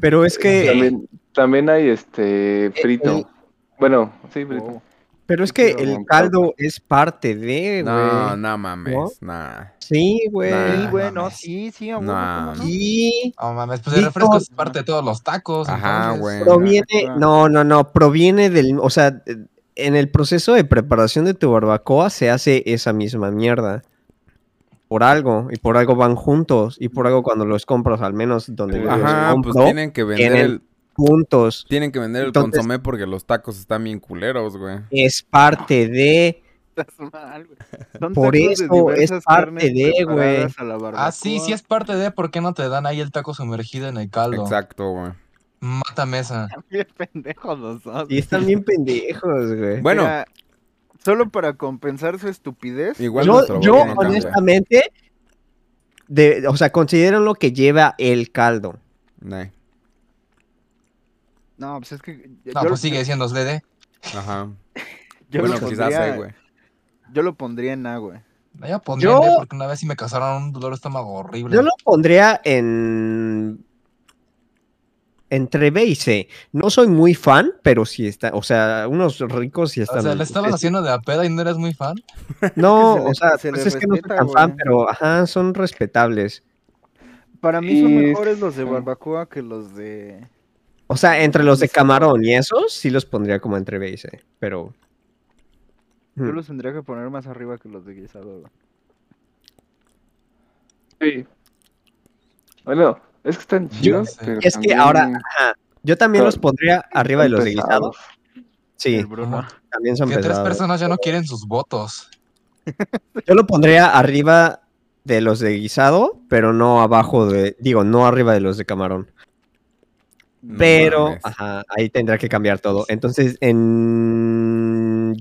pero es que,
También, también hay este frito.
el-
Bueno, sí, frito.
Oh.
pero es que el
Pero-
caldo es parte de,
No,
güey.
no mames,
¿No?
nah.
Sí, güey.
Nah.
Sí, güey, no,
mames.
sí, sí, a huevo,
Nah.
¿cómo no?
Y
Oh, mames, pues el
Víctor.
refresco es parte de todos los tacos.
Ajá,
Pues entonces-
güey.
proviene,
claro.
no, no, no, proviene del, o sea, en el proceso de preparación de tu barbacoa se hace esa misma mierda. Por algo, y por algo van juntos, y por algo cuando los compras, al menos donde yo
Ajá,
los
pues
compro,
tienen que vender
tienen-
el
juntos.
tienen que vender el
Entonces-
consomé porque los tacos están bien culeros, güey.
Es parte de,
Estás pues, mal, güey. Son
Por
tacos de
eso es
diversas
parte
carnes
de, güey.
preparadas a la barbacoa.
Ah, sí, sí es parte de por qué no te dan ahí el taco sumergido en el caldo.
Exacto, güey.
Mata mesa.
Bien pendejos los dos.
y están bien pendejos, güey.
Bueno,
Mira, solo para compensar su estupidez.
igual
yo,
nuestro
yo
bote no cambia.
honestamente, de, o sea, consideran lo que lleva el caldo.
Nah,
No, pues es que.
No,
yo,
pues sigue diciendo DD.
Ajá.
yo
bueno,
lo
quizás
pondría,
sé, güey.
yo lo pondría en A, güey.
No, Yo pondría
Yo-
en D porque una vez sí me causaron un dolor de estómago horrible.
Yo lo pondría en. Entre B y C. No soy muy fan, pero sí está. O sea, unos ricos sí están.
o sea, le estabas
es-
haciendo de la peda y no eras muy fan.
No,
que se le-
o sea,
se le
pues es que no soy
respeta,
tan fan,
güey.
pero ajá, son respetables.
Para mí son
Es-
mejores los de barbacoa que los de.
O sea, entre los de
Exacto.
camarón y esos, sí los pondría como entre B y C, pero.
Yo
Mm.
los tendría que poner más arriba que los de guisado, güey.
Sí. Bueno, es que están
Yo
chidos,
sé.
pero
Es que ahora,
también
ajá, yo también
Son-
los pondría arriba de los de guisado.
pesados.
Sí,
El Bruno.
también son
Que tres
pesados.
personas ya no quieren sus votos.
Yo lo pondría arriba de los de guisado, pero no abajo de, digo, no arriba de los de camarón.
No
pero, ah.
mames.
ajá, ahí tendrá que cambiar todo. Entonces, en...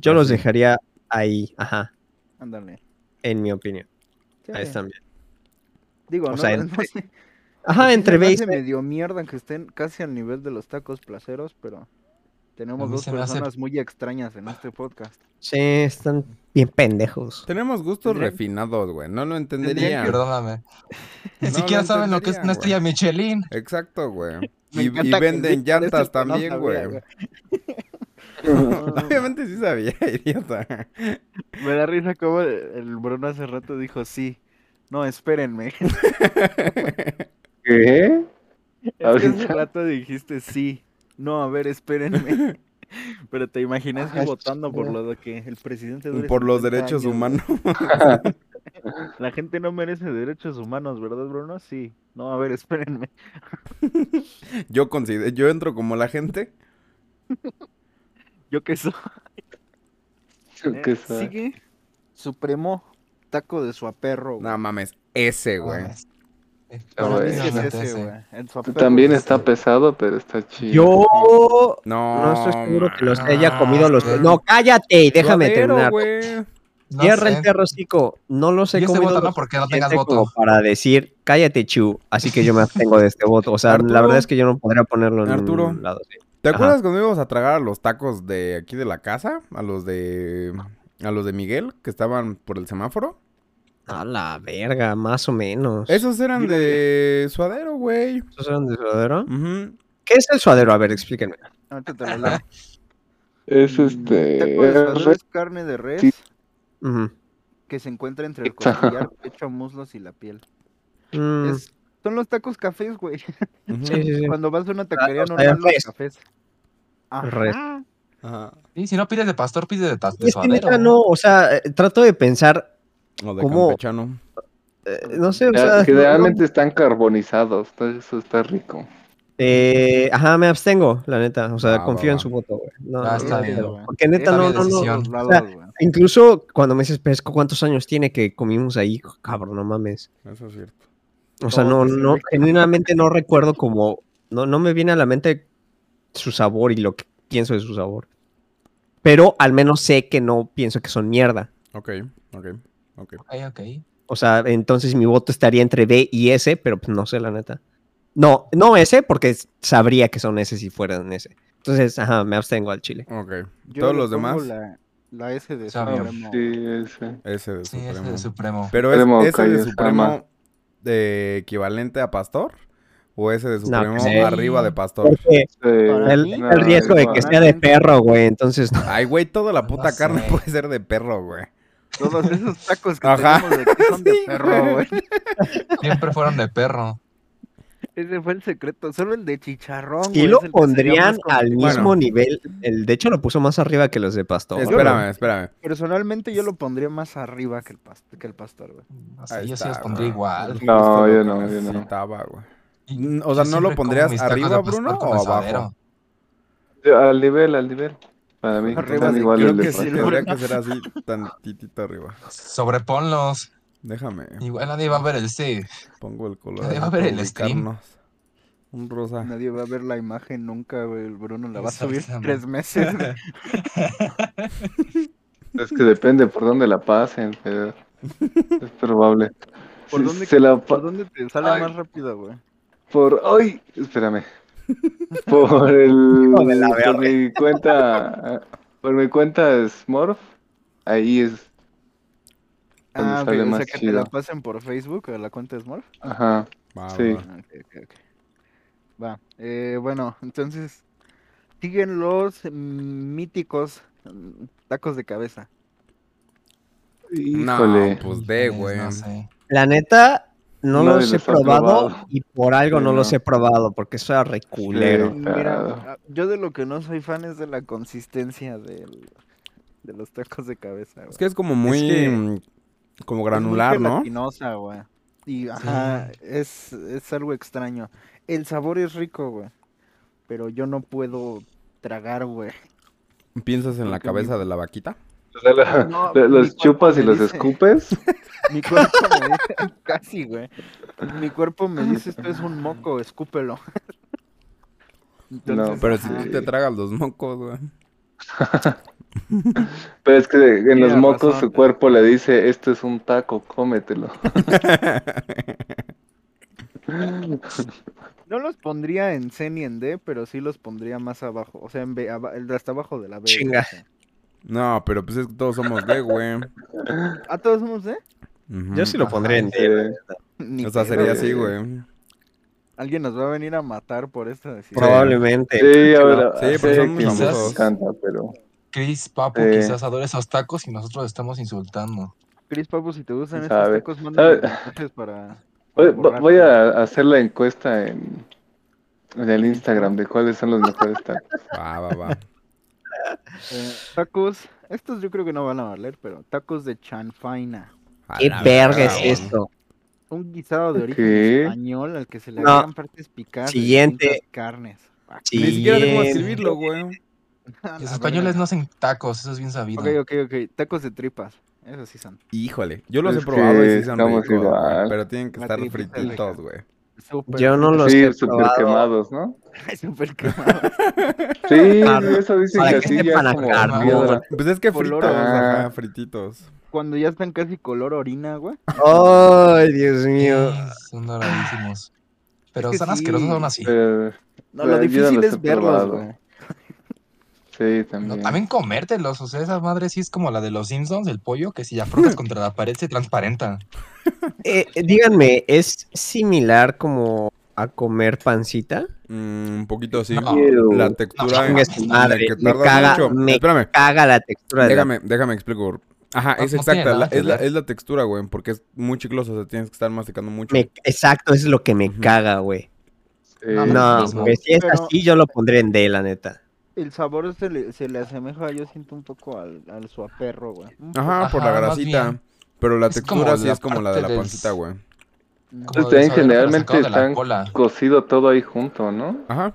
yo los
Así.
dejaría ahí, ajá,
Ándale.
en mi opinión.
Sí.
Ahí están bien.
Digo,
O
no,
sea,
no
entre-
sé.
Ajá,
Sí
entre
Pues se
B y
me
C.
hace medio mierda que estén casi al nivel de los tacos placeros, pero
A
tenemos
mí
dos
se me hace-
personas muy extrañas en este podcast.
Sí, están bien pendejos.
Tenemos gustos
Tendrían-
refinados, güey. No lo
Tendrían
entendería.
Perdóname. Ni
No
siquiera
lo
saben lo que es una
entenderían,
estrella Michelin.
Exacto, güey.
Me
Y,
encanta
y
que
venden
Vic parece
llantas
que no
también, güey.
sabía, güey.
Obviamente sí sabía, idiota.
Me da risa como el Bruno hace rato dijo sí. No, espérenme.
¿Qué?
Es que hace
Ahorita.
rato dijiste sí. No, a ver, espérenme. Pero te imaginas
Ay,
votando por
espera.
lo de que el presidente dure
Por los
50
derechos
años.
humanos.
La gente no merece derechos humanos, ¿verdad, Bruno? Sí. No, a ver, espérenme.
Yo considero, yo entro como la gente.
Yo qué soy.
Yo qué sé.
Sigue Supremo Taco de Suaperro. güey.
No mames, ese, güey.
Ah, sí.
Ah,
Para mí
güey.
sí es
Definitivamente
ese,
ese.
güey. El suaperro
También
es
está
ese.
pesado, pero está chido.
Yo
No.
no estoy seguro que los haya
mames.
comido los. No, cállate y déjame
Suadero,
terminar.
güey.
No
Cierra
sé.
el perro hocico. No los he
Y este
comido.
voto
lo
no, porque no tengas
suficiente
voto.
como Para decir, cállate, Chu. Así que yo me abstengo de este voto. O sea,
Arturo.
la verdad es que yo no podría ponerlo en
Arturo.
un lado. sí.
¿Te
Ajá.
acuerdas cuando íbamos a tragar a los tacos de aquí de la casa? A los de. A los de Miguel, que estaban por el semáforo.
A la verga, más o menos.
Esos eran de suadero, güey.
¿Esos eran de suadero?
Ujú.
¿Qué es el suadero? A ver, explíquenme.
Ahorita te lo leo.
Es
Taco de
este.
suadero es carne de res
Sí.
Ujú.
que se encuentra entre el costillar, pecho, muslos y la piel.
Mm,
Es- son los tacos cafés, güey.
Ujú.
sí, sí, sí.
Cuando vas a una taquería
los
normal,
res.
los cafés. Ah,
Res.
Ah.
Ajá.
Ajá.
Sí, si no pides de pastor, pides de, ta- de
Es que
suadero.
neta, no, o sea, eh, trato de pensar,
O de
¿Cómo?
campechano.
eh, no sé, o
Ya,
sea,
que
no- no-
realmente están carbonizados, entonces eso está rico.
eh, ajá, me abstengo, la neta, o sea,
Va,
confío
va,
en
va.
su voto, güey. No,
Ah,
no,
está
no,
bien,
no,
güey.
porque neta
Está
no,
bien
no, no,
decisión.
Los
o
lados,
sea,
güey.
incluso cuando me dices Pesco, ¿cuántos años tiene que comimos ahí? Cabrón, no mames.
Eso es cierto.
O sea, no,
Todos,
no,
pues, güey.
genuinamente no recuerdo como, no, no me viene a la mente su sabor y lo que pienso de su sabor. Pero al menos sé que no pienso que son mierda.
Ok, ok, ok.
Ok, ok.
O sea, entonces mi voto estaría entre B y S, pero pues no sé, la neta. No, no S, porque s- sabría que son S si fueran S. Entonces, ajá, me abstengo al chile.
Ok.
Yo
Todos
le
los
pongo
demás,
La, la S de
Sabio.
Supremo.
Sí, ese.
ese de
Sí, ese
Supremo.
de Supremo.
Pero es,
Supremo,
ese de
Cayetano.
Supremo de equivalente a Pastor o ese de Supremo
pues, eh.
arriba de Pastor.
Porque
Para
el,
mí,
el
no,
riesgo de que
igual.
sea de perro, güey, entonces no.
Ay, güey, toda la
No
puta
sé.
carne puede ser de perro, güey.
Todos esos tacos que
Ajá.
tenemos de aquí son de
Sí,
perro,
güey.
güey.
Siempre fueron de perro.
Ese fue el secreto. Solo el de chicharrón, güey.
Y lo
es el que sería
pondrían
más como-
al
Bueno.
mismo nivel. El, de hecho, lo puso más arriba que los de Pastor. güey.
espérame, espérame.
Personalmente yo lo pondría más arriba que el, pas- que el pastor, güey.
No sé,
Ahí
yo sí
está,
los pondría
güey.
igual.
Justo lo
No, yo
que
no, yo no.
necesitaba, güey.
Y-
Mm,
yo
o sea, ¿no lo
siempre
pondrías
como mis tacos de
arriba,
pastor
Bruno,
con
o
el
abajo?
suadero.
Yo, Al nivel, al nivel. Para mí,
Arriba
están
de-
igual
Creo
el de
que sí,
pastel.
tendría que ser así, tantitito arriba.
Sobreponlos.
Déjame,
Igual nadie va a ver el C.
pongo el color.
Nadie
así
va a ver
para
el stream.
ubicarnos. Un
Ah.
rosa.
Nadie va a ver la imagen nunca, güey. El Bruno la va a subir en
Exactamente.
tres meses, güey.
Es que depende por dónde la pasen, pero es probable.
¿Por,
Si
dónde,
se la pa-
¿Por dónde te sale
Ay.
más rápido, güey?
por ay, espérame. Por el
de la
por mi cuenta por mi cuenta Smurf, ahí es, Donde
Ah,
sale
güey, o sea,
más
que te
chido.
la pasen por Facebook a la cuenta de Smurf.
ajá.
Va,
Sí.
va.
Ah, ok, ok, ok. Va, eh, bueno, entonces siguen los mm, míticos mm, tacos de cabeza.
Híjole.
No, pues de, güey.
No sé.
La neta, no
Nadie
los he
los ha
probado,
probado.
y por algo
Sí,
no, los
no.
he probado, porque soy reculero.
claro.
Mira, ah, yo de lo que no soy fan es de la consistencia del- de los tacos de cabeza.
Es que es como muy.
que-
mm, Como granular, ¿no?
gelatinosa, güey. Y ajá, es, es algo extraño. El sabor es rico, güey. Pero yo no puedo tragar, güey.
¿Piensas en la
Porque mi-
cabeza de la vaquita?
O sea, la-
No,
la-
mi
los
cuerpo
chupas y
me
los
dice.
escupes.
Mi cuerpo me dice, casi, güey. Mi cuerpo me dice, esto es un moco, escúpelo. Entonces,
No,
Pero si
ajá.
tú te tragas los mocos, güey.
Pero es que en los
Tienes
mocos
razón.
su cuerpo le dice, esto es un taco, cómetelo.
No los pondría en C ni en D, pero sí los pondría más abajo. O sea, en B, aba- el de hasta abajo de la B. güey,
Chinga.
o sea.
No, pero pues es que todos somos de, güey.
¿A todos somos D?
Yo sí lo
Ujú.
pondría en D, la
sí.
neta.
Ni
O sea,
pedo,
sería
güey.
así, güey.
Alguien nos va a venir a matar por esta decisión.
Probablemente.
Sí, ahora,
Sí,
sí,
pero son muy
que nos
famosos.
encanta, pero
Chris, Papu,
Eh.
quizás adore esos tacos y nosotros estamos insultando.
Cris Papu, si te gustan
¿Quién
estos
sabe?
tacos, mándame
¿Sabe?
mensajes para.
Voy,
borrar.
voy a hacer la encuesta en, en el Instagram de cuáles son los mejores tacos.
Va, va, va.
eh, tacos, estos yo creo que no van a valer, pero tacos de chanfaina.
A
¿Qué
la
verga es
verga, güey.
esto?
Un guisado de origen
¿Qué?
español al que se le
No.
agregan partes picadas de
Siguiente.
distintas carnes. Ah,
Ni siquiera sé cómo
Siguiente.
escribirlo, güey.
a
Los
la
españoles
verga.
no hacen tacos, eso es bien sabido.
Ok, ok, ok. Tacos de tripas. Esos sí son.
Híjole, yo los
Es
he probado y
que
sí son
estamos
ricos, güey,
igual.
pero tienen que
La
estar
tripa es
frititos,
rica.
güey.
Súper.
Pues,
Yo no los
Sí,
he
súper
probado.
quemados, ¿no?
Súper quemados.
Sí,
Para-
eso dicen
para
que
que
así ya
sepan
es
a
como
carbón.
piedra.
Pues es que fritos,
Color
ajá.
ajá, frititos.
Cuando ya están casi color orina, güey.
Ay, Dios
Sí,
mío.
Son doradísimos. Pero
que
son
sí.
asquerosos aún así.
Eh,
No, lo
eh, yo
difícil
los he
es verlos,
probado.
güey.
Sí,
No,
también.
también comértelos, o sea, esa madre sí es como la de los Simpsons, el pollo, que si la frotas contra la pared se transparenta.
Eh, díganme, ¿es similar como a comer pancita?
Mm, un poquito así.
No.
La
Ew.
textura
No,
en,
chingues tu
en la
madre,
que
me
tardas
caga,
mucho.
me-
Espérame,
Caga la textura de la-
déjame, déjame explico. Ajá,
No-
es
no tiene
exacta,
nada
la-
que
es, la,
ver.
es la textura, güey, porque es muy chicloso, o sea, tienes que estar masticando mucho.
me- Exacto, es lo que me
Ujú.
caga, güey.
Sí.
No,
No,
mismo.
güey, si es
Pero-
así, yo lo pondré en D, la neta.
El sabor se le, se le asemeja, yo siento un poco al, al suaperro, güey. Mm, Un
Ajá, por la
Ajá, más
grasita.
bien.
Pero la
Es
textura
como
sí
la
es como la de la
parte del-
pancita, güey.
poco-
Ustedes
Como el suadero que lo
generalmente
sacaron de la
están-
cola.
Cocido todo ahí junto, ¿no?
Ajá.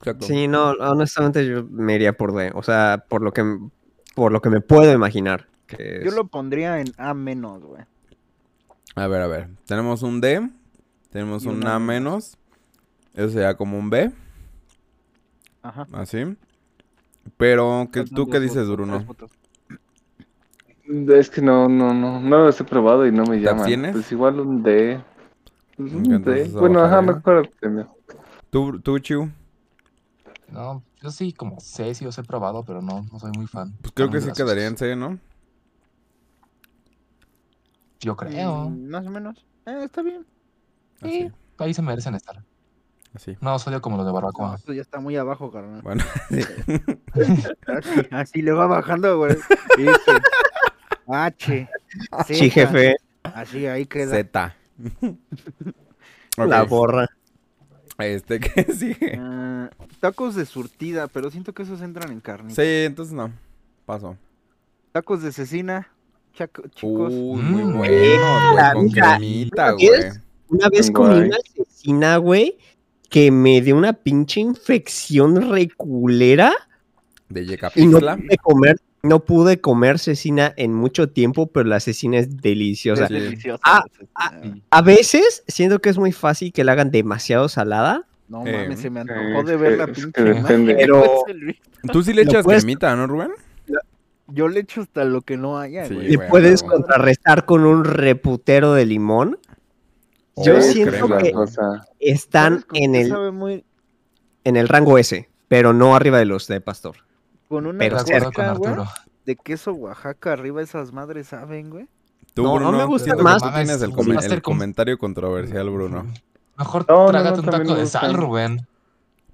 Exacto.
Sí, no, honestamente yo me iría por D. O sea, por lo que, por lo que me puedo imaginar. que
Yo
es-
lo pondría en A menos, güey.
A ver, a ver. Tenemos un D, tenemos
Y
un
un A
A menos. Eso sería como un B,
Ajá.
así. Pero, ¿qué-
Faltan
¿tú
dos
qué dices,
votos, tres
Bruno?
votos.
Es que no, no, no, no los he probado y no me llaman.
abstienes?
Pues igual un D. Pues un
Entonces,
D. Bueno, ajá,
bajaría.
mejor abstener.
¿Tú, tú Chiu?
No, yo sí como sé, sí los he probado, pero no, no soy muy fan.
Pues creo
Están
que
muy
sí
grasosos.
quedaría en C, ¿no?
Yo creo.
Mm, Más o menos. Eh, está bien.
Así,
Ahí se merecen estar.
así.
No, soy como los de
No,
barbacoa.
esto ya está muy abajo, carnal.
Bueno, sí.
Así, así le va bajando, güey. Dice, H.
Sí,
Z.
jefe,
Así, ahí queda.
Z.
la
Ok,
borra.
Este, ¿qué sigue?
Ah, tacos de surtida, pero siento que esos entran en carne.
Sí, entonces no. Paso.
Tacos de cecina.
Uh,
chaco- chicos.
Uy, muy
Mm.
bueno, güey.
Ah,
Con
mira,
cremita,
¿qué
güey.
es? Una vez comí
Guay.
una asesina, güey, que me dio una pinche infección reculera
De
y no
Yecapixtla.
pude comer, no pude comer cecina en mucho tiempo, pero la cecina es deliciosa.
es deliciosa.
ah,
la cecina, güey.
A veces siento que es muy fácil que la hagan demasiado salada,
No
Eh,
mames, se me antojó
es
de ver
que-
la
es
pinche
que
imagen,
depende.
güey.
Pero-
Tú sí le
Lo
echas
puedes-
cremita, ¿no, Rubén?
Yo le echo hasta lo que no haya,
Sí,
güey.
y
güey,
puedes
huevo.
contrarrestar con un reputero de limón. Yo
Oh,
siento
crema.
la
que
cosa.
están
¿Sabes con
en
qué
el,
sabe muy-
en el rango ese, pero no arriba de los de pastor.
Con una
Pero
De acuerdo con
cosca, güey,
Arturo.
de queso Oaxaca arriba esas madres saben, güey.
Tú,
No, no
Bruno,
me gusta
siento
más.
que tú tienes el,
Sí,
come-
va a ser
el
como-
comentario controversial, Bruno.
Mejor
No, no, no,
trágate un
también
taco
me
de
gustan.
sal, Rubén.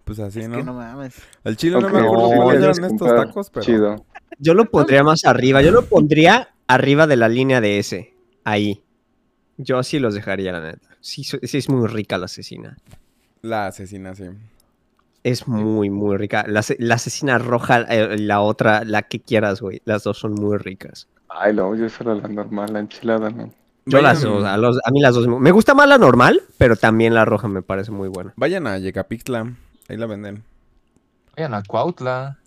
Pues así,
es
¿no?
que no mames.
Al chile no
Ok,
me acuerdo
no,
cómo
tienes
eran
que
estos
comprar.
tacos, pero...
Chido.
Yo lo pondría más arriba, yo lo pondría arriba de la línea de ese, ahí. Yo así los dejaría, la neta. Sí, so- sí es muy rica la asesina.
La asesina, sí.
Es muy, muy rica. La, ases- la asesina roja, eh, la otra, la que quieras, güey. Las dos son muy ricas.
Ay, no, yo solo la normal, la enchilada, ¿no?
Yo las
Vayan-
dos, a, los- a mí las dos. me- Me gusta más la normal, pero también la roja me parece muy buena.
Vayan a Yecapixtla, ahí la venden.
Vayan a Cuautla.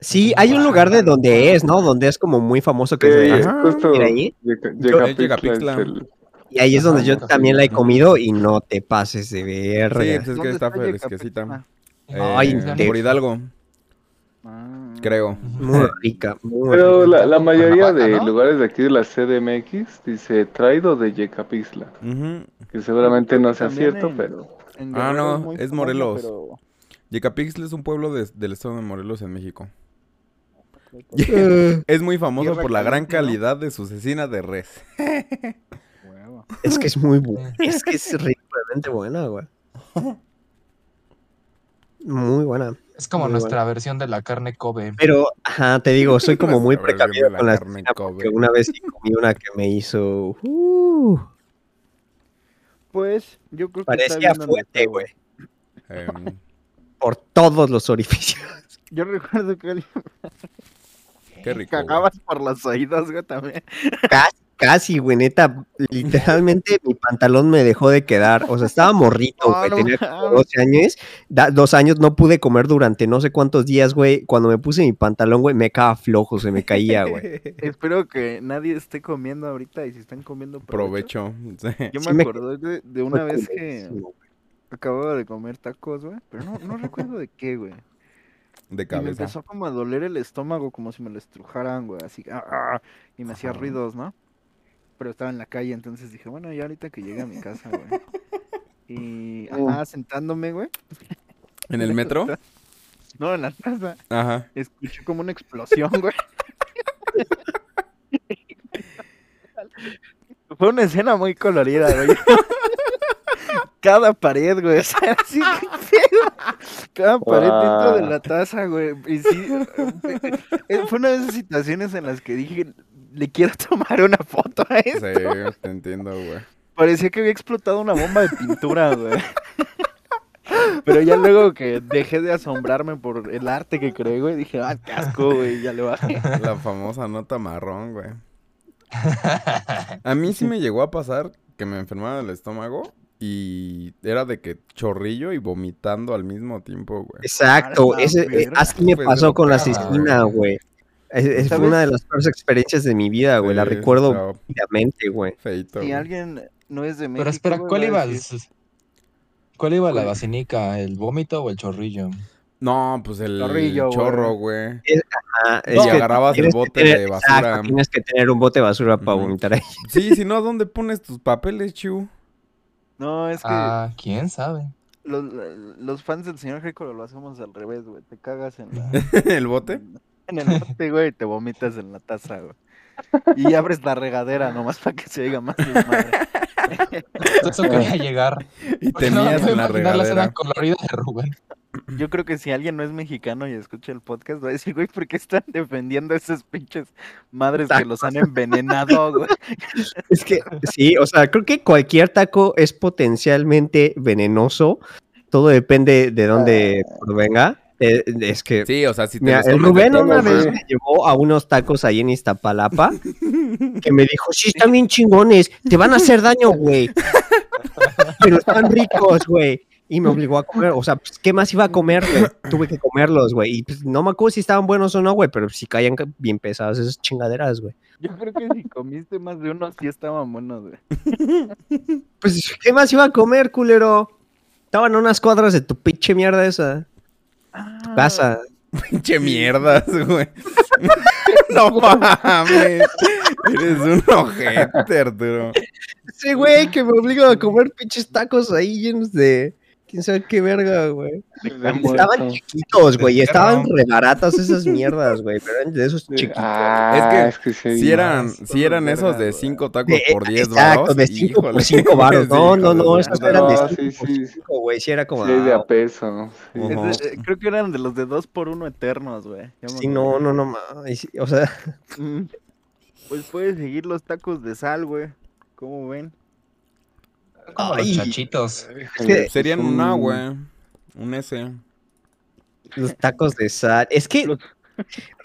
Sí, hay un lugar de donde es, ¿no? Donde es como muy famoso que es de- ah,
Sí,
ajá,
Pues, justo.
mira ahí.
Yeca-
Yo-
Eh,
Yecapixtla
Yecapixtla.
es el-
Y ahí es
Ajá,
donde yo
nunca fui,
también la he
ajá.
comido y no te pases de
Sí,
verga.
pues es que
¿Dónde
está
Yecapixtla?
fresquecita.
Ay,
Eh,
te-
por Hidalgo,
Ah.
creo.
Muy rica, muy
Pero la, la
Cuernavaca,
mayoría de
¿no?
lugares de aquí de la CDMX dice traído de Yecapixtla,
Ujú.
que seguramente no sea
También
cierto,
en-
pero
en
Ah, no,
Guerrero muy
es
famoso,
Morelos.
pero-
Yecapixtla es un pueblo de- del estado de Morelos en México.
Eh,
Es muy famoso
Tierra
por la gran
caliente, ¿no?
calidad de su cecina de res.
Huevo.
Es que es muy buena. Es que es realmente buena, güey. Muy buena.
Es como
Muy
nuestra versión de la carne Kobe.
Pero, ajá, te digo, soy como muy
Nuestra
precavido
versión de la
con la
carne
cecina porque
Kobe.
una vez sí comí una que me hizo. uh,
Pues yo creo que está
parecía
bien donde
fuerte,
está,
güey.
Em,
Por todos los orificios.
Yo recuerdo que alguien
qué rico. güey.
cagabas por las oídas, güey, también.
Casi, casi, güey, neta. Literalmente mi pantalón me dejó de quedar. O sea, estaba morrito,
No,
güey.
no
tenía como
mames.
12 años. Da- dos años no pude comer durante no sé cuántos días, güey. Cuando me puse mi pantalón, güey, me quedaba flojo, se me caía, güey.
Espero que nadie esté comiendo ahorita y si están comiendo
Provecho. sí.
Yo
Sí
me
me-
acuerdo de, de una vez que acababa de comer tacos, güey, pero no, no recuerdo de qué, güey.
De
Y me
cabeza.
empezó como a doler el estómago, como si me lo estrujaran, güey, así. ah, ah, y me hacía
Ajá.
ruidos, ¿no? Pero estaba en la calle, entonces dije, bueno, ya ahorita que llegue a mi casa, güey. Y,
Mm.
ajá, sentándome, güey.
¿En el metro?
No, en la taza.
Ajá.
Escuché como una explosión, güey. Fue una escena muy colorida, güey. Cada pared, güey. o sea, así que pedo. Cada pared dentro de la taza, güey. Y sí, eh, fue una de esas situaciones en las que dije, le quiero tomar una foto a
Sí,
esto.
te entiendo, güey.
Parecía que había explotado una bomba de pintura, güey. Pero ya luego que dejé de asombrarme por el arte que creé, güey, dije, ah, qué asco, güey, ya le bajé.
La famosa nota marrón, güey. A mí sí me llegó a pasar que me enfermaba del estómago y era de que chorrillo y vomitando al mismo tiempo, güey.
Exacto,
Ah,
A la
ese, eh,
verga.
así me
Pues,
pasó con la
cabrón.
cecina, güey. Es, es- fue
¿Sabes?
una de las peores experiencias de mi vida, güey. La
Sí,
recuerdo
estaba
vívidamente, güey.
feíto,
Si
güey.
alguien no es de México.
Pero espera,
güey,
¿cuál
va a
iba? el-
decir,
¿Cuál iba la
¿Cuál?
vacinica? ¿El vómito o el chorrillo?
No, pues el
Chorrillo, güey.
chorro, güey.
Ah,
Y agarrabas el
tienes que
bote
tener-
de
exacto,
basura.
tienes que tener un bote de basura para
Ujú.
vomitar ahí.
Sí, si no, ¿dónde pones tus papeles, Chu?
No, es que
Ah, quién sabe.
los, los fans del señor Rico lo hacemos al revés, güey. Te cagas en, la,
¿El bote?
en el bote, güey, y te vomitas en la taza, güey. Y abres la regadera nomás para que se oiga más desmadre.
Eso quería llegar.
Y
Pues
te
No,
mías
no
en la
imaginar
regadera.
escena colorida de Rubén.
Yo creo que si alguien no es mexicano y escucha el podcast, va a decir, güey, ¿por qué están defendiendo a esas pinches madres que los han envenenado, güey?
Es que sí, o sea, creo que cualquier taco es potencialmente venenoso. Todo depende de dónde provenga. Eh, es que
Sí, o sea, si te
Mira,
los
el
comes
Rubén
de
una
todo,
vez
güey.
me llevó a unos tacos ahí en Iztapalapa que me dijo, sí, están bien chingones, te van a hacer daño, güey. Pero están ricos, güey. Y me obligó a comer, o sea, pues, ¿qué más iba a comer, güey? Tuve que comerlos, güey. Y pues, no me acuerdo si estaban buenos o no, güey, pero si caían ca- bien pesadas esas chingaderas, güey.
Yo creo que si comiste más de uno, sí estaban buenos, güey.
Pues, ¿qué más iba a comer, culero? Estaban a unas cuadras de tu pinche mierda esa, tu casa.
Pinche mierdas, güey. no mames. Eres un ojete, Arturo.
Sí, güey, que me obligó a comer pinches tacos ahí llenos de... ¿Quién sabe qué verga, güey? Estaban chiquitos, güey, y
De
estaban
perro.
re baratas esas mierdas, güey, pero eran de esos chiquitos.
Es
Ah,
que
es que, es
Si eran,
son
si eran
verga,
esos de
güey.
5 tacos
De- eh,
por 10
exacto,
baros.
de 5 por 5 baros. No, no, no,
esos
esas eran de
No,
5
sí,
por
sí.
5, güey, sí era como...
Sí, de
ah,
a peso. ¿no? Sí.
Ujú.
Es de- eh, creo que eran de los de dos por uno eternos, güey. Ya me
"Ah, Sí,
acordé.
no, no, no, mames, sí, o sea,
Mm. Pues puedes seguir los tacos de sal, güey. ¿Cómo ven?
Como
Ay.
los chachitos.
que-
Serían
un-
una, güey. Un S.
los tacos de sal, es que
Los-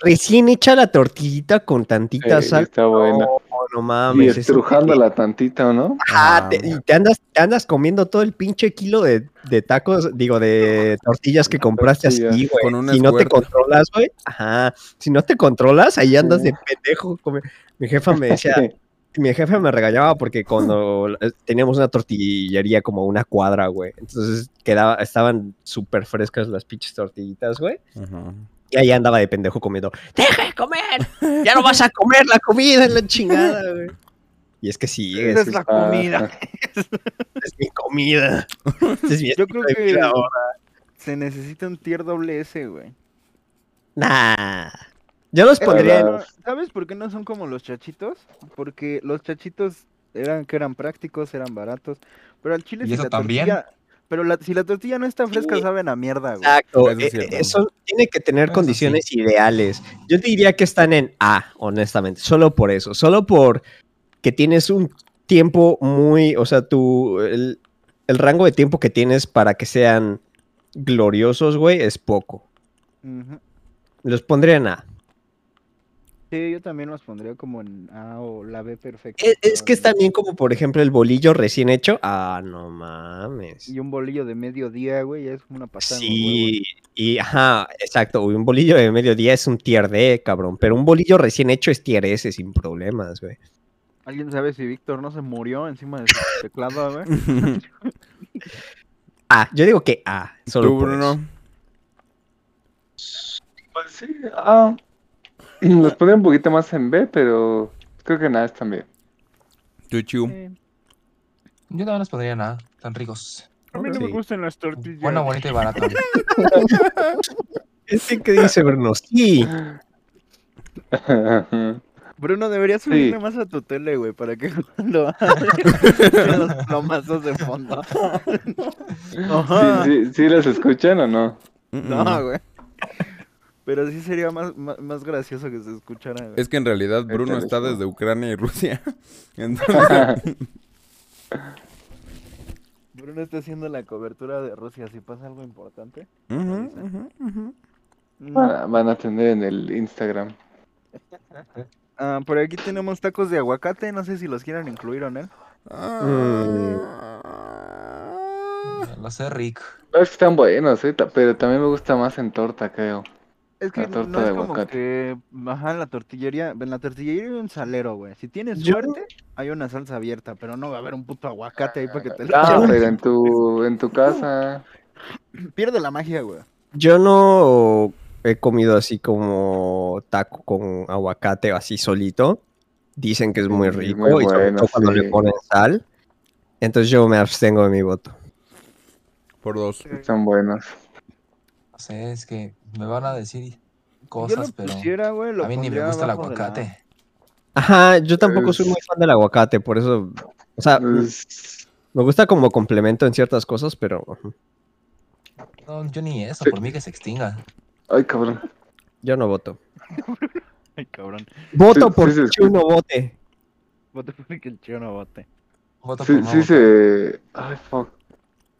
recién hecha la tortillita con
Sí,
tantita sal,
está buena.
no, no
y
mames. eso-
estrujándola tantito, ¿no?
Ajá, Ah, te- y te andas, te andas comiendo todo el pinche kilo de, de tacos, digo, de tortillas que compraste así,
Tortillas,
güey.
con un
Si no te
escuerto.
controlas, güey, ajá. Si no te controlas, ahí andas de pendejo. come- Mi jefa me decía, mi jefe me regañaba porque cuando eh, teníamos una tortillería como a una cuadra, güey. Entonces quedaba, estaban súper frescas las pinches tortillitas, güey.
Ajá.
Y ahí andaba de pendejo comiendo, ¡deja de comer! ¡Ya no vas a comer la comida en la chingada, güey! Y es que sí,
Esa es
es-
la comida.
es mi comida. Este es mi
Yo
estilo
creo
de
que-
vida ahora.
Se necesita un tier doble S, güey.
Nah. Yo los
Es que
pondría en
no- ¿Sabes por qué no son como los chachitos? Porque los chachitos eran que eran prácticos, eran baratos. Pero al chile
¿Y
si
eso
la
también?
tortilla- Pero la- si la tortilla no está fresca,
Sí.
saben a mierda, güey.
Exacto.
Eso es
eh,
cierto.
eh, Eso tiene que tener
Eso
condiciones ideales. Yo diría que están en A, honestamente. Solo por eso. Solo por que tienes un tiempo muy. O sea, tu. El, el rango de tiempo que tienes para que sean gloriosos, güey, es poco.
Ujú.
Los pondría en A.
Sí, yo también los pondría como en A o la B perfecta.
Es, E, es que es
probablemente.
también como, por ejemplo, el bolillo recién hecho. Ah, no mames.
Y un bolillo de mediodía, güey, ya es una pasada. en los
Sí, y ajá, exacto. güey, Un bolillo de mediodía es un tier D, cabrón. Pero un bolillo recién hecho es tier S sin problemas, güey.
huevos. ¿Alguien sabe si Víctor no se murió encima de su teclado, güey?
Ah, yo digo que A. Solo
Tú,
por eso.
Bruno.
Pues sí, ah, Mm, los pondría un poquito más en B, pero creo que nada es también.
Tú, Chu.
Yo no les pondría nada, tan ricos.
A mí no me
Sí.
gustan las tortillas.
Bueno, bonito y barato.
Este que dice Bruno, sí.
Bruno, deberías subirle
Sí.
más a tu tele, güey, para que cuando escuchen los plomazos de fondo. Ajá.
¿Sí, sí, sí los escuchan o no?
No, güey. Pero sí sería más, más, más gracioso que se escuchara. güey.
Es que en realidad Bruno está
teléfono.
desde Ucrania y Rusia. Entonces,
Bruno está haciendo la cobertura de Rusia. Si pasa algo importante, Mm,
ujú, ujú,
Mm.
ujú.
no.
Ah, Van a tener en el Instagram.
Ah, por aquí tenemos tacos de aguacate, no sé si los quieran incluir o no.
Ah.
Lo sé, Rick.
No, es que están buenos, ¿eh? Ta- pero también me gusta más en torta, creo.
Es que
La torta
no es
de
como
aguacate.
que, ajá, en la tortillería, en la tortillería hay un salero, güey. Si tienes
Yo-
suerte, hay una salsa abierta, pero no va a haber un puto aguacate ahí para que te lo
Ah,
echen.
pero en tu, en tu casa.
Pierde la magia, güey.
Yo no he comido así como taco con aguacate o así solito. Dicen que es muy
Sí,
rico
muy
y sobre
bueno,
todo cuando
sí.
le ponen sal. Entonces yo me abstengo de mi voto.
Por dos.
Están buenos.
No sé, es que me van a decir
Yo
cosas,
lo
pero
pusiera, güey, lo
a mí ni me
pondría
gusta el
abajo de la-
aguacate.
Ajá, yo tampoco soy
Es-
muy fan del aguacate, por eso. O sea, me
Es-
gusta como complemento en ciertas cosas, pero. ujú,
No, yo ni eso,
Sí.
por mí que se extinga.
Ay, cabrón.
Yo no voto.
Ay, cabrón.
Voto
Sí,
por
sí se
que
escucha.
uno vote.
Vote por que el chido no vote.
Voto
Sí,
por no
sí
votar.
se. Ay, fuck.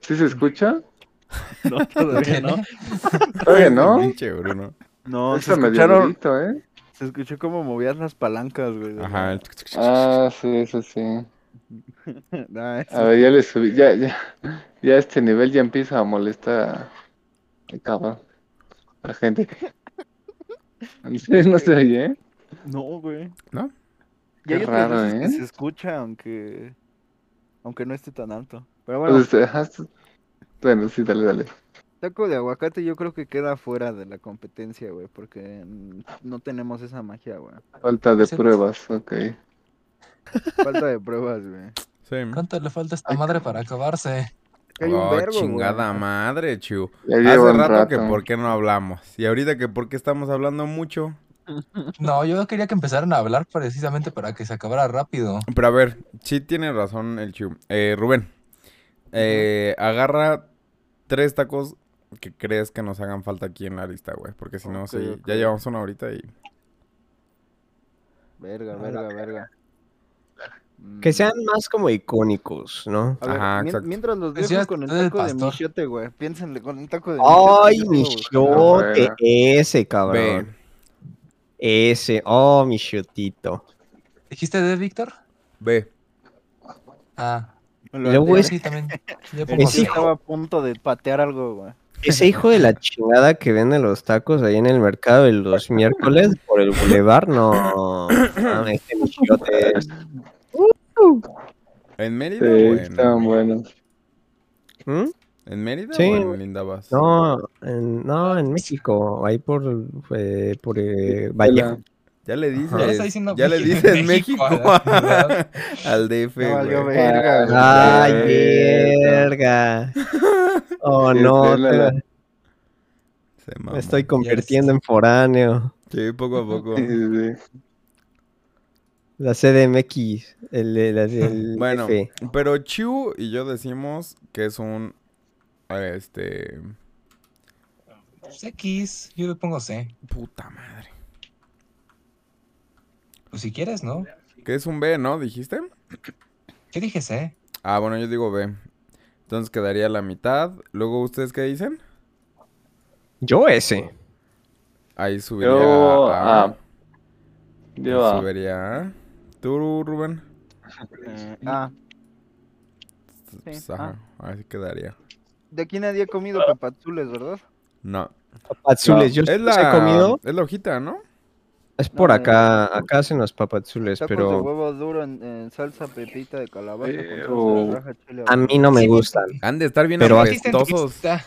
¿Sí se escucha?
No, todavía no.
Oye, ¿no?
Pinche Bruno.
No, se
Está medio
escucharon,
durito, ¿eh?
se escuchó como movías las palancas, güey. de la-
Ajá.
Ah, sí, eso sí.
Ah, eso.
A ver, ya le subí, ya, ya, ya a este nivel ya empieza a molestar a, a cabrón, a la gente. Sí, no se oye, ¿eh?
No, güey.
¿No?
Y hay
Qué
otras
raro,
veces que
¿eh?
se escucha, aunque aunque no esté tan alto. Pero bueno,
Pues, ajá, esto- bueno, sí, dale, dale.
taco de aguacate yo creo que queda fuera de la competencia, güey, porque mm, no tenemos esa magia, güey.
Falta de
Sí.
pruebas, ok.
Falta de pruebas, güey.
Sí.
¿Cuánto le falta a esta madre para acabarse?
Que Hay un
Oh,
vergo, güey.
chingada madre, Chu.
Ya
Hace
lleva un
rato, que
rato.
por qué no hablamos. Y ahorita que por qué estamos hablando mucho.
No, yo quería que empezaran a hablar precisamente para que se acabara rápido.
Pero a ver, sí tiene razón el Chu. Eh, Rubén, eh, agarra tres tacos que crees que nos hagan falta aquí en la lista, güey. Porque si no,
Ok,
sí,
ok.
ya llevamos una ahorita y...
Verga, verga, verga.
Que
Mm.
sean más como icónicos, ¿no?
A ver,
Ajá,
mien-
exacto.
mientras los
Pues
dejo
ya
con el
está el
taco de
pastor.
michote, güey. Piénsenle con el taco de
Ay,
michote.
mi shiote,
bueno.
ese
Ve,
cabrón. Ese, oh, mi shiotito.
¿Dijiste de Víctor?
ve.
Ah,
Luego
yo
es-
sí también. Yo pongo
Es
Es
sí.
hijo.
estaba a punto de patear algo, güey.
Ese hijo de la chingada que vende los tacos ahí en el mercado de los miércoles por el bulevar, no. no, Este mi shiote es.
¿En Mérida
Sí,
o en,
estaban buenos.
¿Mm?
¿en Mérida
Sí.
o en Lindabas?
No, en, no, en México, ahí por, eh, por eh, Vallejo.
Ya le
Ya le
dices,
está diciendo
ya le
México,
dices México,
México, a la
al DF,
No valió
güey.
verga, güey.
Ah,
¡Ay, verga! Oh, no,
Sí, la-
te-
Se
me
mamó.
estoy convirtiendo en foráneo.
Sí, poco a poco.
Sí, sí, sí.
La CDMX, el, el, el- el
Bueno,
F.
pero Chu y yo decimos que es un Este.
Pues X, yo le pongo C.
Puta madre.
Pues si quieres, ¿no?
Que es un B, ¿no? ¿Dijiste?
Yo dije C.
Ah, bueno, yo digo B. Entonces quedaría la mitad. Luego, ¿ustedes qué dicen?
Yo ese.
Ahí subiría
Yo
A.
ah, Yo ah,
Subiría A. ¿Tú, Rubén?
Ah,
Pues, ajá, Así quedaría.
de aquí nadie ha comido papazules, ¿verdad?
No.
Papazules, yo
es
sí los he comido.
Es la hojita, ¿no?
Es por
No,
acá, acá hacen los papazules,
Tacos de
Pues pero
huevo duro en, en salsa pepita de calabaza con salsa
Pero-
de raja chile.
a mí no me
Sí,
gustan.
Han de estar bien
Pero así
Dijiste en tu
apestosos.
lista.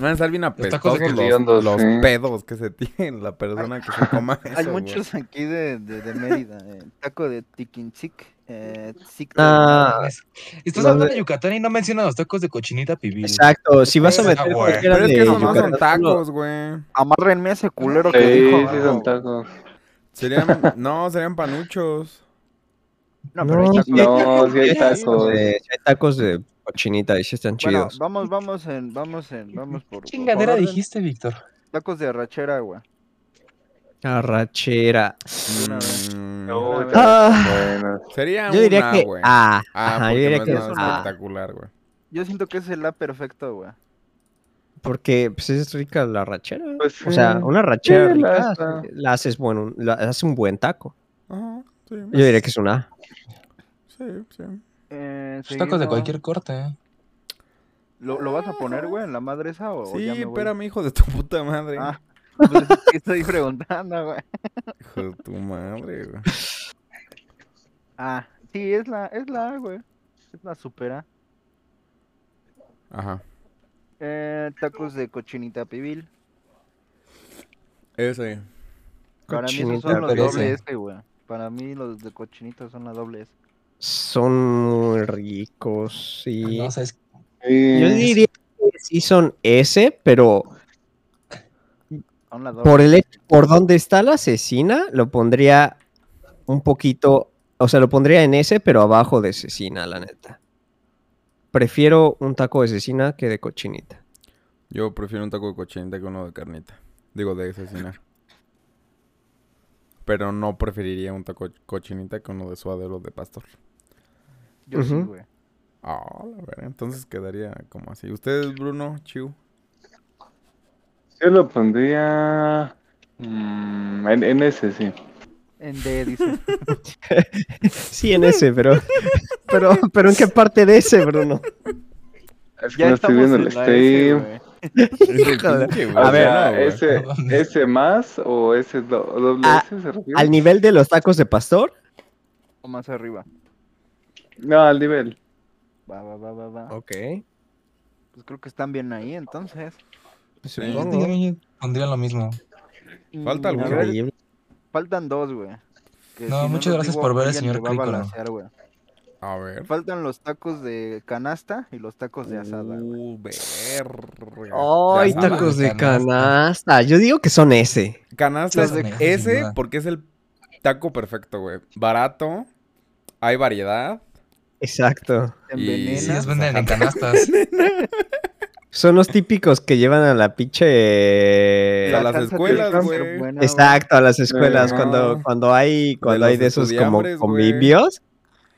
Van a estar bien
Los tacos
apestosos
de
los,
hediondos,
los
sí.
pedos que se tiene la persona que se coma eso,
Hay
güey.
muchos aquí de, de, de Mérida. eh, taco de tiquinchic. Eh, tzic de-
Ah,
Es- Estás
Los
hablando
de-
de Yucatán y no mencionas los tacos de cochinita pibil.
exacto. Si vas a
Ah,
meter
güey.
cualquiera
Pero es que
de
eso no son
Yucatán, solo-
tacos, güey.
Amárrenme a ese culero que
sí,
dijo.
sí son
abajo.
tacos.
Serían, no, serían panuchos.
No, pero hay
No,
tacos
sí
de-
hay
No, sí hay
Sí,
tacos.
de- sí hay tacos de cochinita y sí están
Bueno,
chidos.
vamos, vamos en, vamos en, vamos por. por
chingadera
orden.
dijiste, Víctor?
Tacos de arrachera, güey.
Arrachera.
Una vez.
Mm,
Uy,
Ah,
también son buenos.
Sería
Yo diría
una,
que
güey.
ah,
Ah,
ajá, yo
porque
diría
no
que
es nada
ah,
espectacular, güey.
Yo siento que es el A perfecto, güey.
porque pues es rica la rachera.
Pues,
O sea,
sí.
una rachera
Sí, la
rica,
está.
la haces bueno, la haces un buen taco.
Ajá, sí,
Yo diría que es una A.
sí, sí.
Eh,
Los Pues tacos de
seguimos.
cualquier corte. ¿eh?
¿Lo, lo vas a poner, güey, en la madre esa o o
Sí,
Oh, ya me voy?
espérame, hijo de tu puta madre.
Ah, pues, es que estoy preguntando, güey.
Hijo de tu madre, güey.
Ah, sí, es la, es
Ah.
la, A, güey. Es la supera.
Ajá.
Eh, tacos de cochinita pibil.
Ese.
Para mí esos
Cochinita,
son los
pero
doble
ese.
S, güey. Para mí los de cochinita son la doble S.
Son muy ricos y
No sabes.
Sí.
yo diría que sí son S, pero
Son la doble
por el hecho- por donde está la asesina lo pondría un poquito, o sea, lo pondría en S, pero abajo de asesina, la neta. Prefiero un taco de asesina que de cochinita.
Yo prefiero un taco de cochinita que uno de carnita. Digo, de asesina. Pero no preferiría un taco de cochinita que uno de suadero de pastor.
Yo sí,
Ujú.
güey.
Ah, la verdad. Entonces quedaría como así. Ustedes, Bruno, Chiu.
Yo lo pondría mm, en, en ese, sí.
En D, dice.
Sí, en S, pero pero pero en qué parte de S, Bruno?
Es que no estoy viendo el
la S,
Steam.
güey.
Híjole.
O
A ver,
sea,
no, güey.
ese, ese más o ese do- doble
Ah,
S se refiere?
Al nivel de los tacos de pastor.
O más arriba.
No, al nivel.
Va, va, va, va, va.
Ok.
Pues creo que están bien ahí, entonces.
Yo
Supongo.
también pondría lo mismo.
Pues, Falta
Mm, a
alguno.
ver,
Increíble.
faltan dos, güey. que
No, muchas
los
gracias
digo,
por ver al
alguien
señor
me va a
Crícola.
balacear, güey.
A ver.
Faltan los tacos de canasta y los tacos de asada, güey.
Uh, verga.
Ay,
Ya,
asada.
tacos de
De canasta.
canasta. Yo digo que son S.
Canastas
Sí,
de
sí, sí, sin
ese
duda.
porque es el taco perfecto, güey. Barato, hay variedad.
Exacto.
Te
Y-
envenenas.
Sí, los venden en canastas.
Son los típicos que llevan a la pinche.
Y a las
salsa
escuelas,
tiene que
güey.
ser buena, güey.
Exacto, a las escuelas.
no.
Cuando, cuando hay, cuando
los
hay de esos como
estudiambres, güey.
convivios.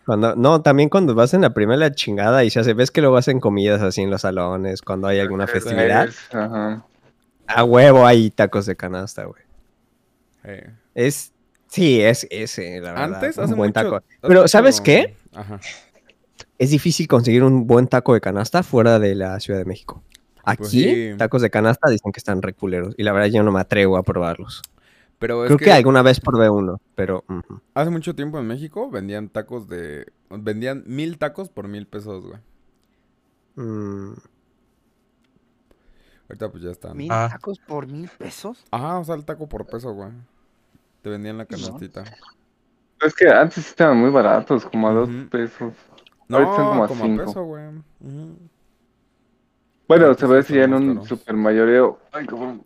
Cuando, no, también cuando vas en la primera chingada y se hace, ves que luego hacen comidas así en los salones, cuando hay alguna
Ese
festividad.
es, ajá.
A huevo hay tacos de canasta, güey.
Eh,
Es. Sí, es ese, la verdad.
Antes,
un
hace
buen
mucho-
taco.
hace
Pero,
mucho-
¿sabes qué?
Ajá.
Es difícil conseguir un buen taco de canasta fuera de la Ciudad de México. Aquí,
Pues sí.
tacos de canasta dicen que están reculeros. Y la verdad, yo no me atrevo a probarlos.
Pero es
Creo que...
Pues que,
alguna vez probé uno, pero. ujú.
hace mucho tiempo en México vendían tacos de. Vendían mil tacos por mil pesos, güey.
Mm,
Ahorita pues ya están.
¿Mil
Ah.
tacos por mil pesos?
Ajá, o sea, el taco por peso, güey. Te vendían la canastita.
Es que antes estaban muy baratos, como a dos
Ujú.
pesos.
No,
Ahorita son como
como,
a
a
cinco.
peso, güey. Ujú.
Bueno,
Ahorita
se ve
sí
si ya en
están más
un
caros.
super mayoreo. Ay, cabrón.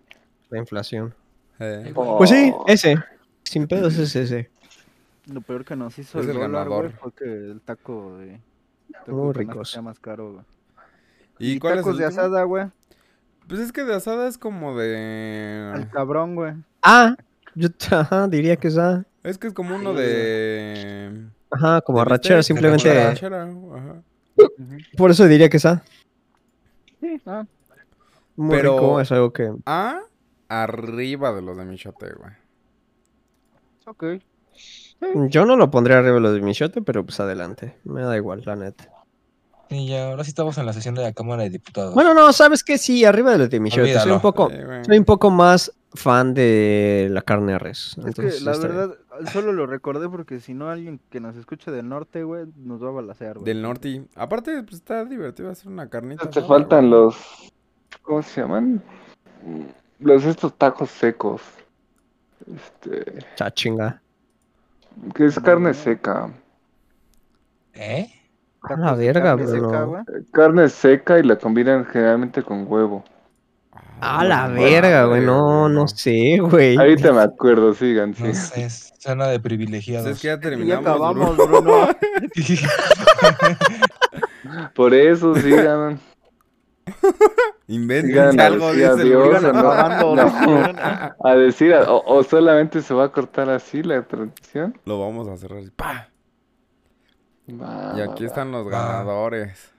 la inflación.
Eh,
Pues sí,
Oh.
ese. Sin pedos es ese.
Lo peor que nos hizo
Es
el
el
dólar, güey,
ganador.
fue que el taco de...
Muy
taco de canasta
Oh, ricos.
sea más caro, güey.
¿Y,
Y
cuál es
tacos
el
de
último?
asada, güey.
Pues es que de asada es como de...
Al cabrón, güey.
Ah, yo t- ajá, diría que es ah,
Es que es como uno de...
Ajá, como
de
arrachera,
bistec, de
simplemente.
arrachera, ajá.
Por eso diría que es ah.
Sí, ah,
Muy
Pero- eh.
rico, es algo que.
A Ah, arriba de los de Michote, güey.
es ok.
Yo no lo pondría arriba de los de Michote, pero pues adelante. Me da igual, la neta.
Y ya, ahora sí estamos en la sesión de la Cámara de Diputados.
Bueno, no, ¿sabes qué? Sí, arriba de los de Michote. Soy
Olvídalo.
un poco.
Sí, güey.
Soy un poco más fan de la carne de res.
Es que
entonces
la
está bien.
verdad, solo lo recordé porque si no alguien que nos escuche del norte, güey, nos va a balacear, güey.
Del norte. y- Aparte, pues, está divertido hacer una carnita.
Te
asada,
faltan
güey.
los. ¿Cómo se llaman? Mm, Los estos tacos secos. Este.
Cha chinga.
Que es carne seca.
¿Eh?
A
Tacos
la
de
Ah, verga,
carne
Bruno.
seca, güey.
Carne seca y la combinan generalmente con huevo.
Ah,
A la
madre,
verga, güey. No,
güey. Pues
no sé, güey.
Ahorita me acuerdo, sigan, sí.
No sé, suena de privilegiados.
Pues es que ya
Y ya
terminamos.
acabamos,
bro.
Bruno.
Por eso, sigan.
Invéntense
Sigan a
algo,
decir
dice el
adiós,
Bruno.
Sigan
o no.
acabando,
No.
güey.
A decir, o, o solamente se va a cortar así la transmisión.
Lo vamos a cerrar. ¡Pa!
Va,
Y
va,
aquí
va.
están los
Ah.
Va.
ganadores.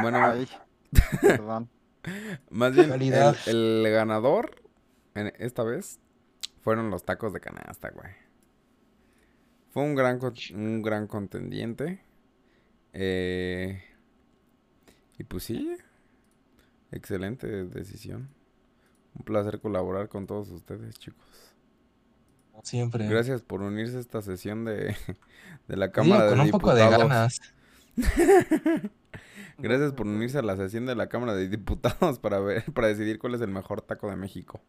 Bueno, ma-
Ay, perdón.
más bien,
Calidad.
el, el ganador en- esta vez fueron los tacos de canasta, güey. Fue un gran, con- un gran contendiente. Eh, y pues sí, excelente decisión. Un placer colaborar con todos ustedes, chicos.
Siempre.
Gracias por unirse a esta sesión de, de la
Te
Cámara
digo,
de
con un poco de
Diputados.
ganas.
Gracias por unirse a la sesión de la Cámara de Diputados para ver, para decidir cuál es el mejor taco de México.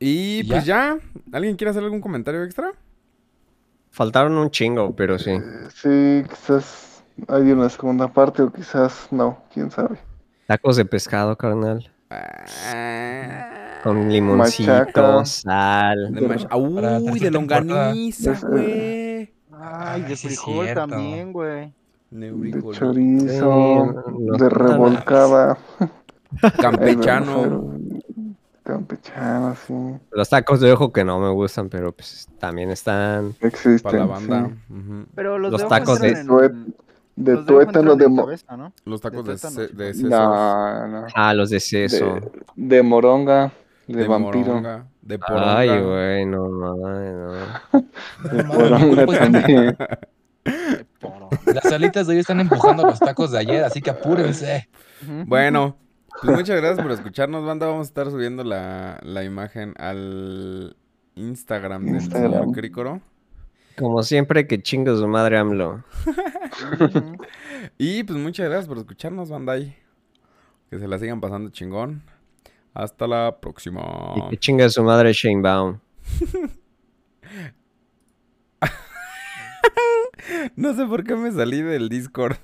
Y
¿Y
pues ya, ¿alguien quiere hacer algún comentario extra?
Faltaron un chingo, pero sí.
Eh. Sí, quizás hay una segunda parte o quizás no, quién sabe.
Tacos de pescado, carnal.
Ah.
Con limoncito,
Machaca.
sal.
Ah, De mach-
Para
Uy, de
tercera temporada.
longaniza, güey.
Ay,
Ay,
de
sí es
frijol
cierto.
también, güey.
De
Neurícola.
Sí,
chorizo,
no- no-
de revolcada.
Campechano.
Campechano, sí.
Los tacos de ojo que no me gustan, pero pues también están.
Existen.
Para la banda.
este, sí.
ujú.
Pero los,
Los
de ojo
tacos de-
entran en-
De
los de ojo
tuétano
entran
de
en
¿eh?
mo-
cabeza, ¿no?
Los tacos de,
tuétano,
ce-
sí.
de sesos,
No, no.
Ah, los de seso.
De moronga, de,
de
vampiro.
moronga, de poronga.
Ay, güey, no, ay, no.
De
No mames,
moronga
pues,
también.
Las salitas de hoy están empujando los tacos de ayer, así que apúrense.
Ujú.
Bueno, pues muchas gracias por escucharnos, banda. Vamos a estar subiendo la, la imagen al Instagram del señor
Instagram.
Crícoro.
Como siempre, que chingo su madre AMLO.
Ujú.
Y pues muchas gracias por escucharnos, Bandai. Que se la sigan pasando chingón. Hasta la próxima.
Y que chinga su madre Shane Baum.
No sé por qué me salí del Discord.